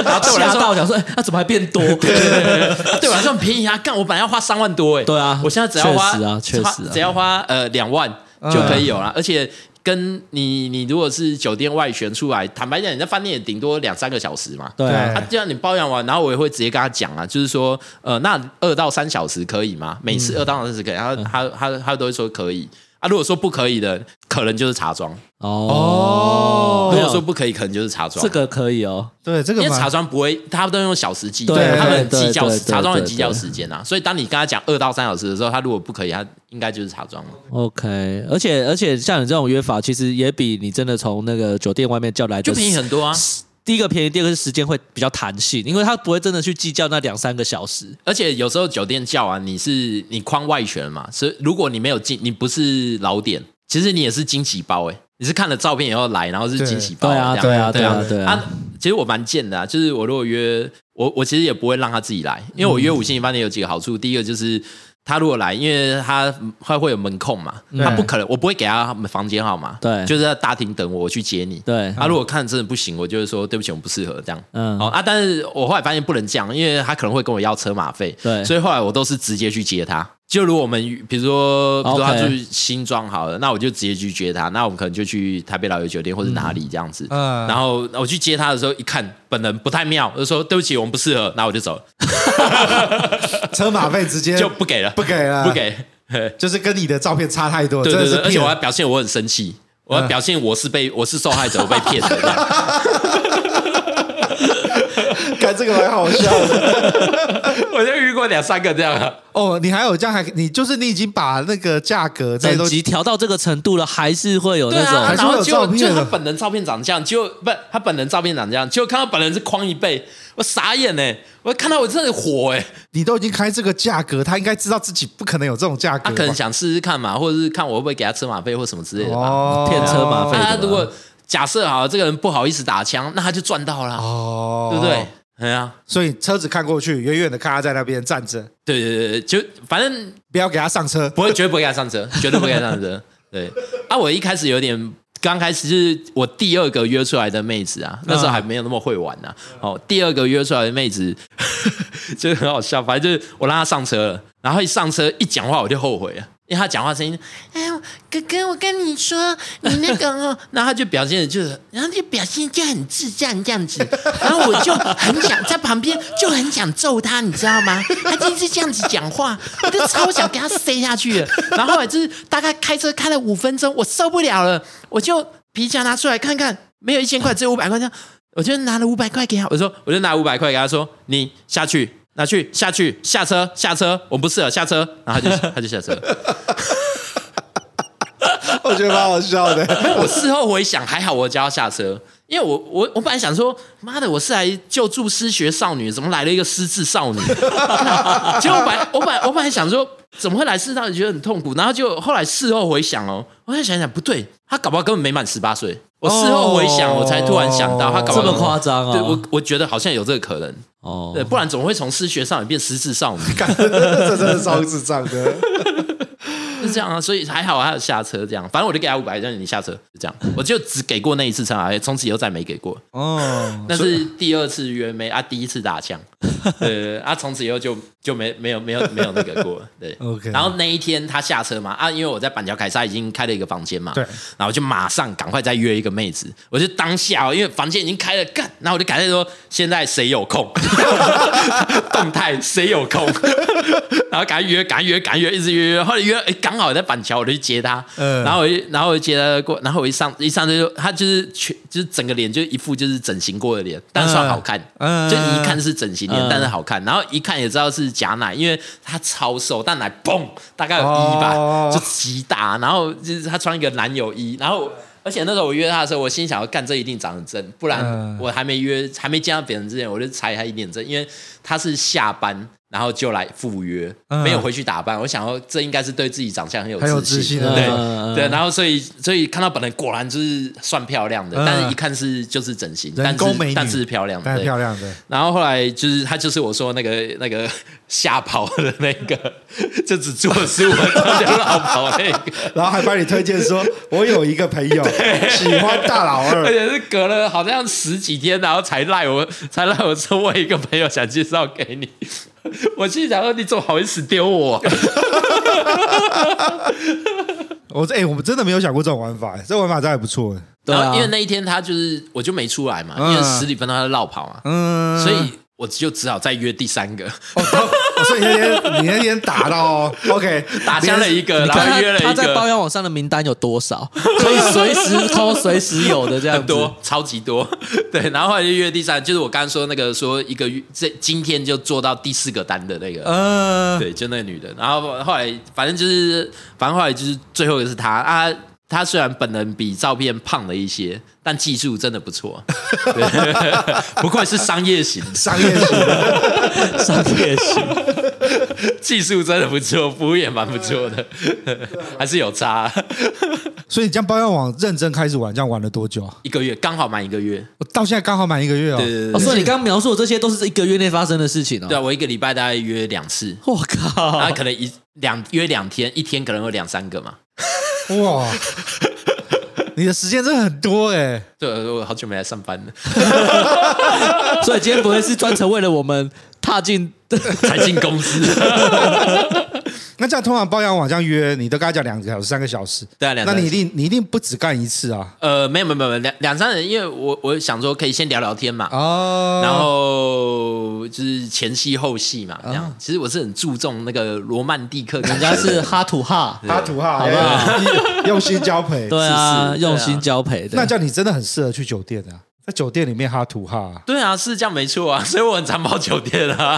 然后对我来
吓
说
到想说，哎，他怎么还变多？
对我来说很便宜啊！干，我本来要花三万多哎、
对啊
我现在只要花
确实啊
只要花
确实啊
只要花呃两万
嗯
就可以有了，而且。跟你，你如果是酒店外旋出来，坦白讲，你在饭店也顶多两三个小时嘛。
对啊，
啊，这样你包养完，然后我也会直接跟他讲啊，就是说，呃，那二到三小时可以吗？每
嗯
次二到三小时可以，他他他他都会说可以啊。如果说不可以的，可能就是茶庄；
哦
如果说不可以，可能就是茶庄。
这个可以哦，
对这
因
个
为茶
嘛，
庄不会，他们都用小时计，
对
他们很
对
计较
对对
茶庄很
对
计较
对
时间啊。所以当你跟他讲二到三小时的时候，他如果不可以，他应该就是茶庄了。
OK，而且而且像你这种约法，其实也比你真的从那个酒店外面叫来的
就便宜很多啊，
第一个便宜，第二个是时间会比较弹性，因为他不会真的去计较那两三个小时。
而且有时候酒店叫啊，你是你框外旋嘛，所以如果你没有进，你不是老点，其实你也是惊喜包哎、你是看了照片以后来，然后是惊喜包
对啊
这样
对啊对啊对啊
其实我蛮贱的啊，就是我如果约我，我其实也不会让他自己来，因为我约五星级饭店有几个好处，第一个就是。他如果来，因为他他会有门控嘛，他不可能，我不会给他房间号码，
对
就是在大厅等我，我去接你，
对
他、如果看真的不行，我就会说对不起，我们不适合这样。
嗯
嗯，好、啊，但是我后来发现不能这样，因为他可能会跟我要车马费。
对
所以后来我都是直接去接他。就如果我们比如说，比如说他
OK
住新庄好了，那我就直接去接他。那我们可能就去台北老爷酒店或者哪里这样子。
嗯
然后我去接他的时候，一看本人不太妙，我就说对不起，我们不适合，那我就走了，
车马费直接
就不给了，
不给了，
不，给。嘿
就是跟你的照片差太多，
对
真的
对
是骗
对，而且我还表现我很生气，我还表现我是被我是受害者，我被骗的这样。
看这个蛮好笑的
我就遇过两三个这样啊。
哦。你还有这样还你就是你已经把那个价格这些
等
都
级调到这个程度了，还是会有那种。
哦啊还是
啊然
会有
后就
照片
就
的
他本人照片长这样，结果不他本人照片长这样，结果看到本人是框一倍，我傻眼呢、我看到我真的火哎、
你都已经开这个价格，他应该知道自己不可能有这种价格吧，
啊他可能想试试看嘛，或者是看我会不会给他车马费或什么之类的吧。
哦
骗车马
那
费
他如果假设好，这个人不好意思打枪，那他就赚到了啊，
哦，
对不对？？哎呀，
所以车子看过去，远远的看他在那边站着，
对对对，对就反正
不要给他上 车。
不会，绝对不会给他 上车，绝对不会给他上车。对啊，我一开始有点，刚开始就是我第二个约出来的妹子啊，那时候还没有那么会玩呐、
嗯
哦，第二个约出来的妹子就很好笑，反正就是我让她上车了，然后一上车一讲话我就后悔了。因为她讲话声音，哎呦，哥哥，我跟你说，你那 个哦，然后她就表现的就是，然后就表现就很智障这样子，然后我就很想在旁边就很想揍她，你知道吗？她就一直这样子讲话，我就超想给她塞下去了。然后后来就是大概开车开了五分钟，我受不了了，我就皮夹拿出来看看，没有一千块，只有五百块这样，我就拿了五百块给他，我说我就拿五百块给他说，你下去拿去下去下车下车，我不适合下车，然后他就 他就下车了。
我觉得蛮好笑 的。
我事后回想，还好我叫他下车，因为我我我本来想说，妈的，我是来救助失学少女，怎么来了一个失智少女？ 结果我本来我本来我本来想说，怎么会来失智少女，觉得很痛苦，然后就后来事后回想哦，我在想想不对，他搞不好根本没满十八岁。我事后回想，我才突然想到他搞不
这
好啊
么夸张
对我
哦！
我觉得好像有这个可能，
哦
对，，不然怎么会从失学少女变失智少女？
干这真的超智障的。
是这样啊，所以还好他有下车这样，反正我就给他五百，让你下车，就这样，我就只给过那一次车马费，从此以后再没给过。
哦，
那是第二次约妹啊，第一次 打枪，呃啊，从此以后就就没没有没有没有那 个过了，对
OK
然后那一天他下车嘛，啊，因为我在板桥凯撒已经开了一个房间嘛，
对
然后我就马上赶快再约一个妹子，我就当下、哦、因为房间已经开了，干，然后我就赶快说现在谁有空， 动态谁有空，然后赶快约，赶快约，赶快约，一直约约，后来约，哎，刚好在板桥，我就去接他，
嗯
然后我就然后我就接他过，然后我一上一上车就他就是全就是整个脸就一副就是整形过的脸，但是算好看，
嗯
就你一看是整形脸，
嗯
但是好看，然后一看也知道是假奶，因为他超瘦，但奶嘣大概有一吧，
哦
就极大，然后就是他穿一个男友衣，然后。而且那时候我约他的时候，我心想要干这一定长得真，不然
嗯
我还没约还没见到别人之前，我就猜他一定很真，因为他是下班然后就来赴约，
嗯
没有回去打扮。我想要这应该是对自己长相很有
很有自
自
信的
对、
嗯
对。然后所以所以看到本人果然就是算漂亮的，
嗯
但是一看是就是整形，
人工美女
但是但是漂亮，
但是
对
漂亮的，
然后后来就是他就是我说那个那个 吓跑的那个， 就只做十五分钟就绕跑 那个，
然后还帮你推荐说，我有一个朋 友喜欢大老
而
二，
且是隔了好像十几天，然后才赖我才赖我说我有一个朋友想介绍给你， 我心里想说你怎么好意思丢我？
我哎、我们真的没有想过这种玩法，哎这玩法真的还不错。
对
然
啊
后因为那一天他就是我就没出来嘛，
嗯
因为十几分钟他就绕跑嘛，
嗯，
所以我就只好再约第三个，
哦，哦所以你那天你那天打到哦，OK，
打枪了一个，
你
然
看
后约了
他他
一
在包
个，
养网上的名单有多少，可以随时偷、随时有的这样
很
子。
多超级多， 对，然后后来就约第三，就是我刚刚说那个说一个月这今天就做到第四个单的那个，
嗯，
呃对，就那个女的。然后后来反正就是，反正后来就是最后一个是她啊。他虽然本人比照片胖了一些，但技术真的不 错。对不愧是商业型，
商业型的，
商业型，
技术真的不错，服务也蛮不错的，还是有差、
所以你这样包药网认真开始玩，这样玩了多久啊？
一个月刚好满一个月，
我到现在刚好满一个月哦。
对对
哦，
对
所以你刚刚描述的这些都是一个月内发生的事情
对
哦。
啊，我一个礼拜大概约两次，
我靠，
然后可能一两约两天，一天可能有两三个嘛。
哇，你的时间真的很多哎、
对，我好久没来上班 了，
所以今天不会是专程为了我们踏进
才进 公司。
那这样通常包养网这样约，你都跟他讲两个小时、三个小时，
对啊两
那
三个
你一
小时
定你一定不只干一次啊。
呃，没有没有没有两两三人，因为我我想说可以先聊聊天嘛，
哦，
然后就是前戏后戏嘛，这样。其实我是很注重那个罗曼蒂克 感
人
觉，
家 是哈土哈，
他土豪，
好不
好？ 用心交配。
对啊，
是是
用心交配的。
那这样你真的很适合去酒店啊，在酒店里面哈土哈、啊。
对啊，是这样没错啊，所以我很常跑酒店啊。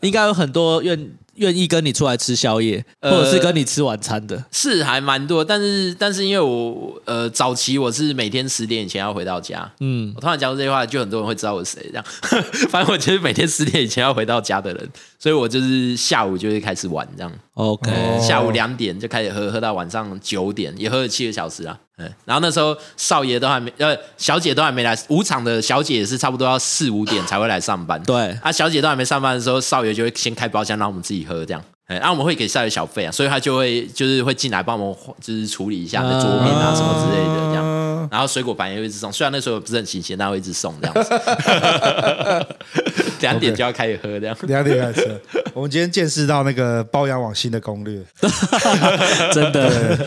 应该有很多愿愿意跟你出来吃宵夜，或
呃
者是跟你吃晚餐的。
是还蛮多，但是但是因为我呃早期我是每天十点以前要回到家，嗯，我突然讲出这句话，就很多人会知道我是谁这样。 反正我就是每天十点以前要回到家的人，所以我就是下午就会开始玩这样，
OK，、
哦
下午两点就开始喝，喝到晚上九点，也喝了七个小时啊。嗯，然后那时候少爷都还没，呃，小姐都还没来，舞场的小姐也是差不多要四五点才会来上班。
对
啊，小姐都还没上班的时候，少爷就会先开包厢让我们自己喝，这样。哎，然后我们会给少爷小费啊，所以他就会就是会进来帮我们就是处理一下你的桌面啊什么之类的这样。
啊
样。
然后水果盘也会一直送，虽然那时候不是很新鲜，但会一直送这样子。 两点就要开始喝这样。
两点开始，我们今天见识到那个包养网新的攻略。
真 的，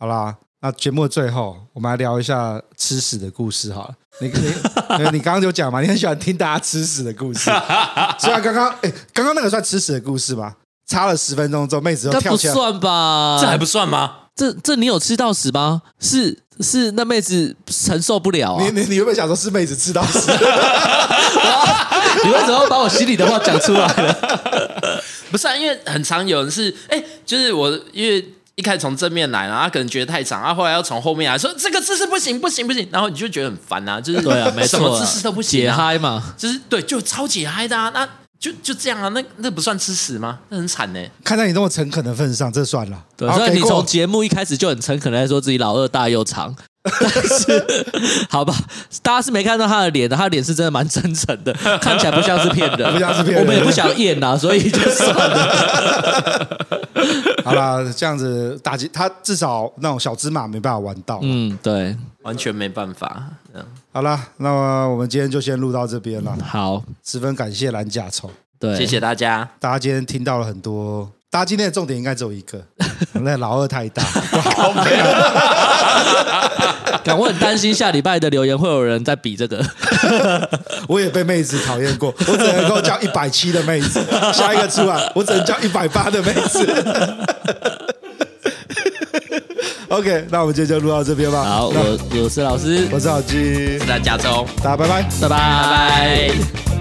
好啦，那节目的最后，我们来聊一下吃屎的故事好了。你你因为你刚刚就讲嘛，你很喜欢听大家吃屎的故事，所以啊刚刚哎，刚刚那个算吃屎的故事吧？差了十分钟之后，妹子
这
又跳
不
起来，
算吧？
这还不算吗？
这这你有吃到屎吗？是是，那妹子承受不了啊！
你
你
你你有没有想说是妹子吃到屎？
为什么要把我心里的话讲出来了？
不是啊，因为很常有人是，哎、就是我因为一开始从正面来，啊然后他可能觉得太长，然、后后来要从后面来说这个姿势不行，不行，不行，然后你就觉得很烦啊，就 是
对啊，没
什
错
么
啊，
姿势都不行、
解
啊，
嗨嘛。
就是对，就超解嗨的啊，那就就这样啊，那那不算吃屎吗？那很惨呢、
看在你这么诚恳的份上，这算了。
对，
好
所以
给
你
过
从节目一开始就很诚恳的在说自己老二大又长， 但是好吧，大家是没看到他的脸的，他的脸是真的蛮真诚 的，看起来不像是骗人，
不像是骗人
我们也不想验啊，所以就 算了。
好啦，这样子打击他至少那种小芝麻没办法玩到。
嗯，对，
完全没办法。嗯，
好啦，那么我们今天就先录到这边了，
好，
十分感谢蓝甲虫。
对，
谢谢大家。
大家今天听到了很多，大家今天的重点应该只有一个， 那老二太大，不好配啊
敢我很担心下礼拜的留言会有人在比这个，
我也被妹子讨厌过，我只能够叫一百七的妹子，下一个出来我只能叫一百八的妹子。OK，那我们今天就录到这边吧。
好，
那
我我是老师，
我是小鸡，
大家中，
大家拜拜。
拜拜。
拜拜。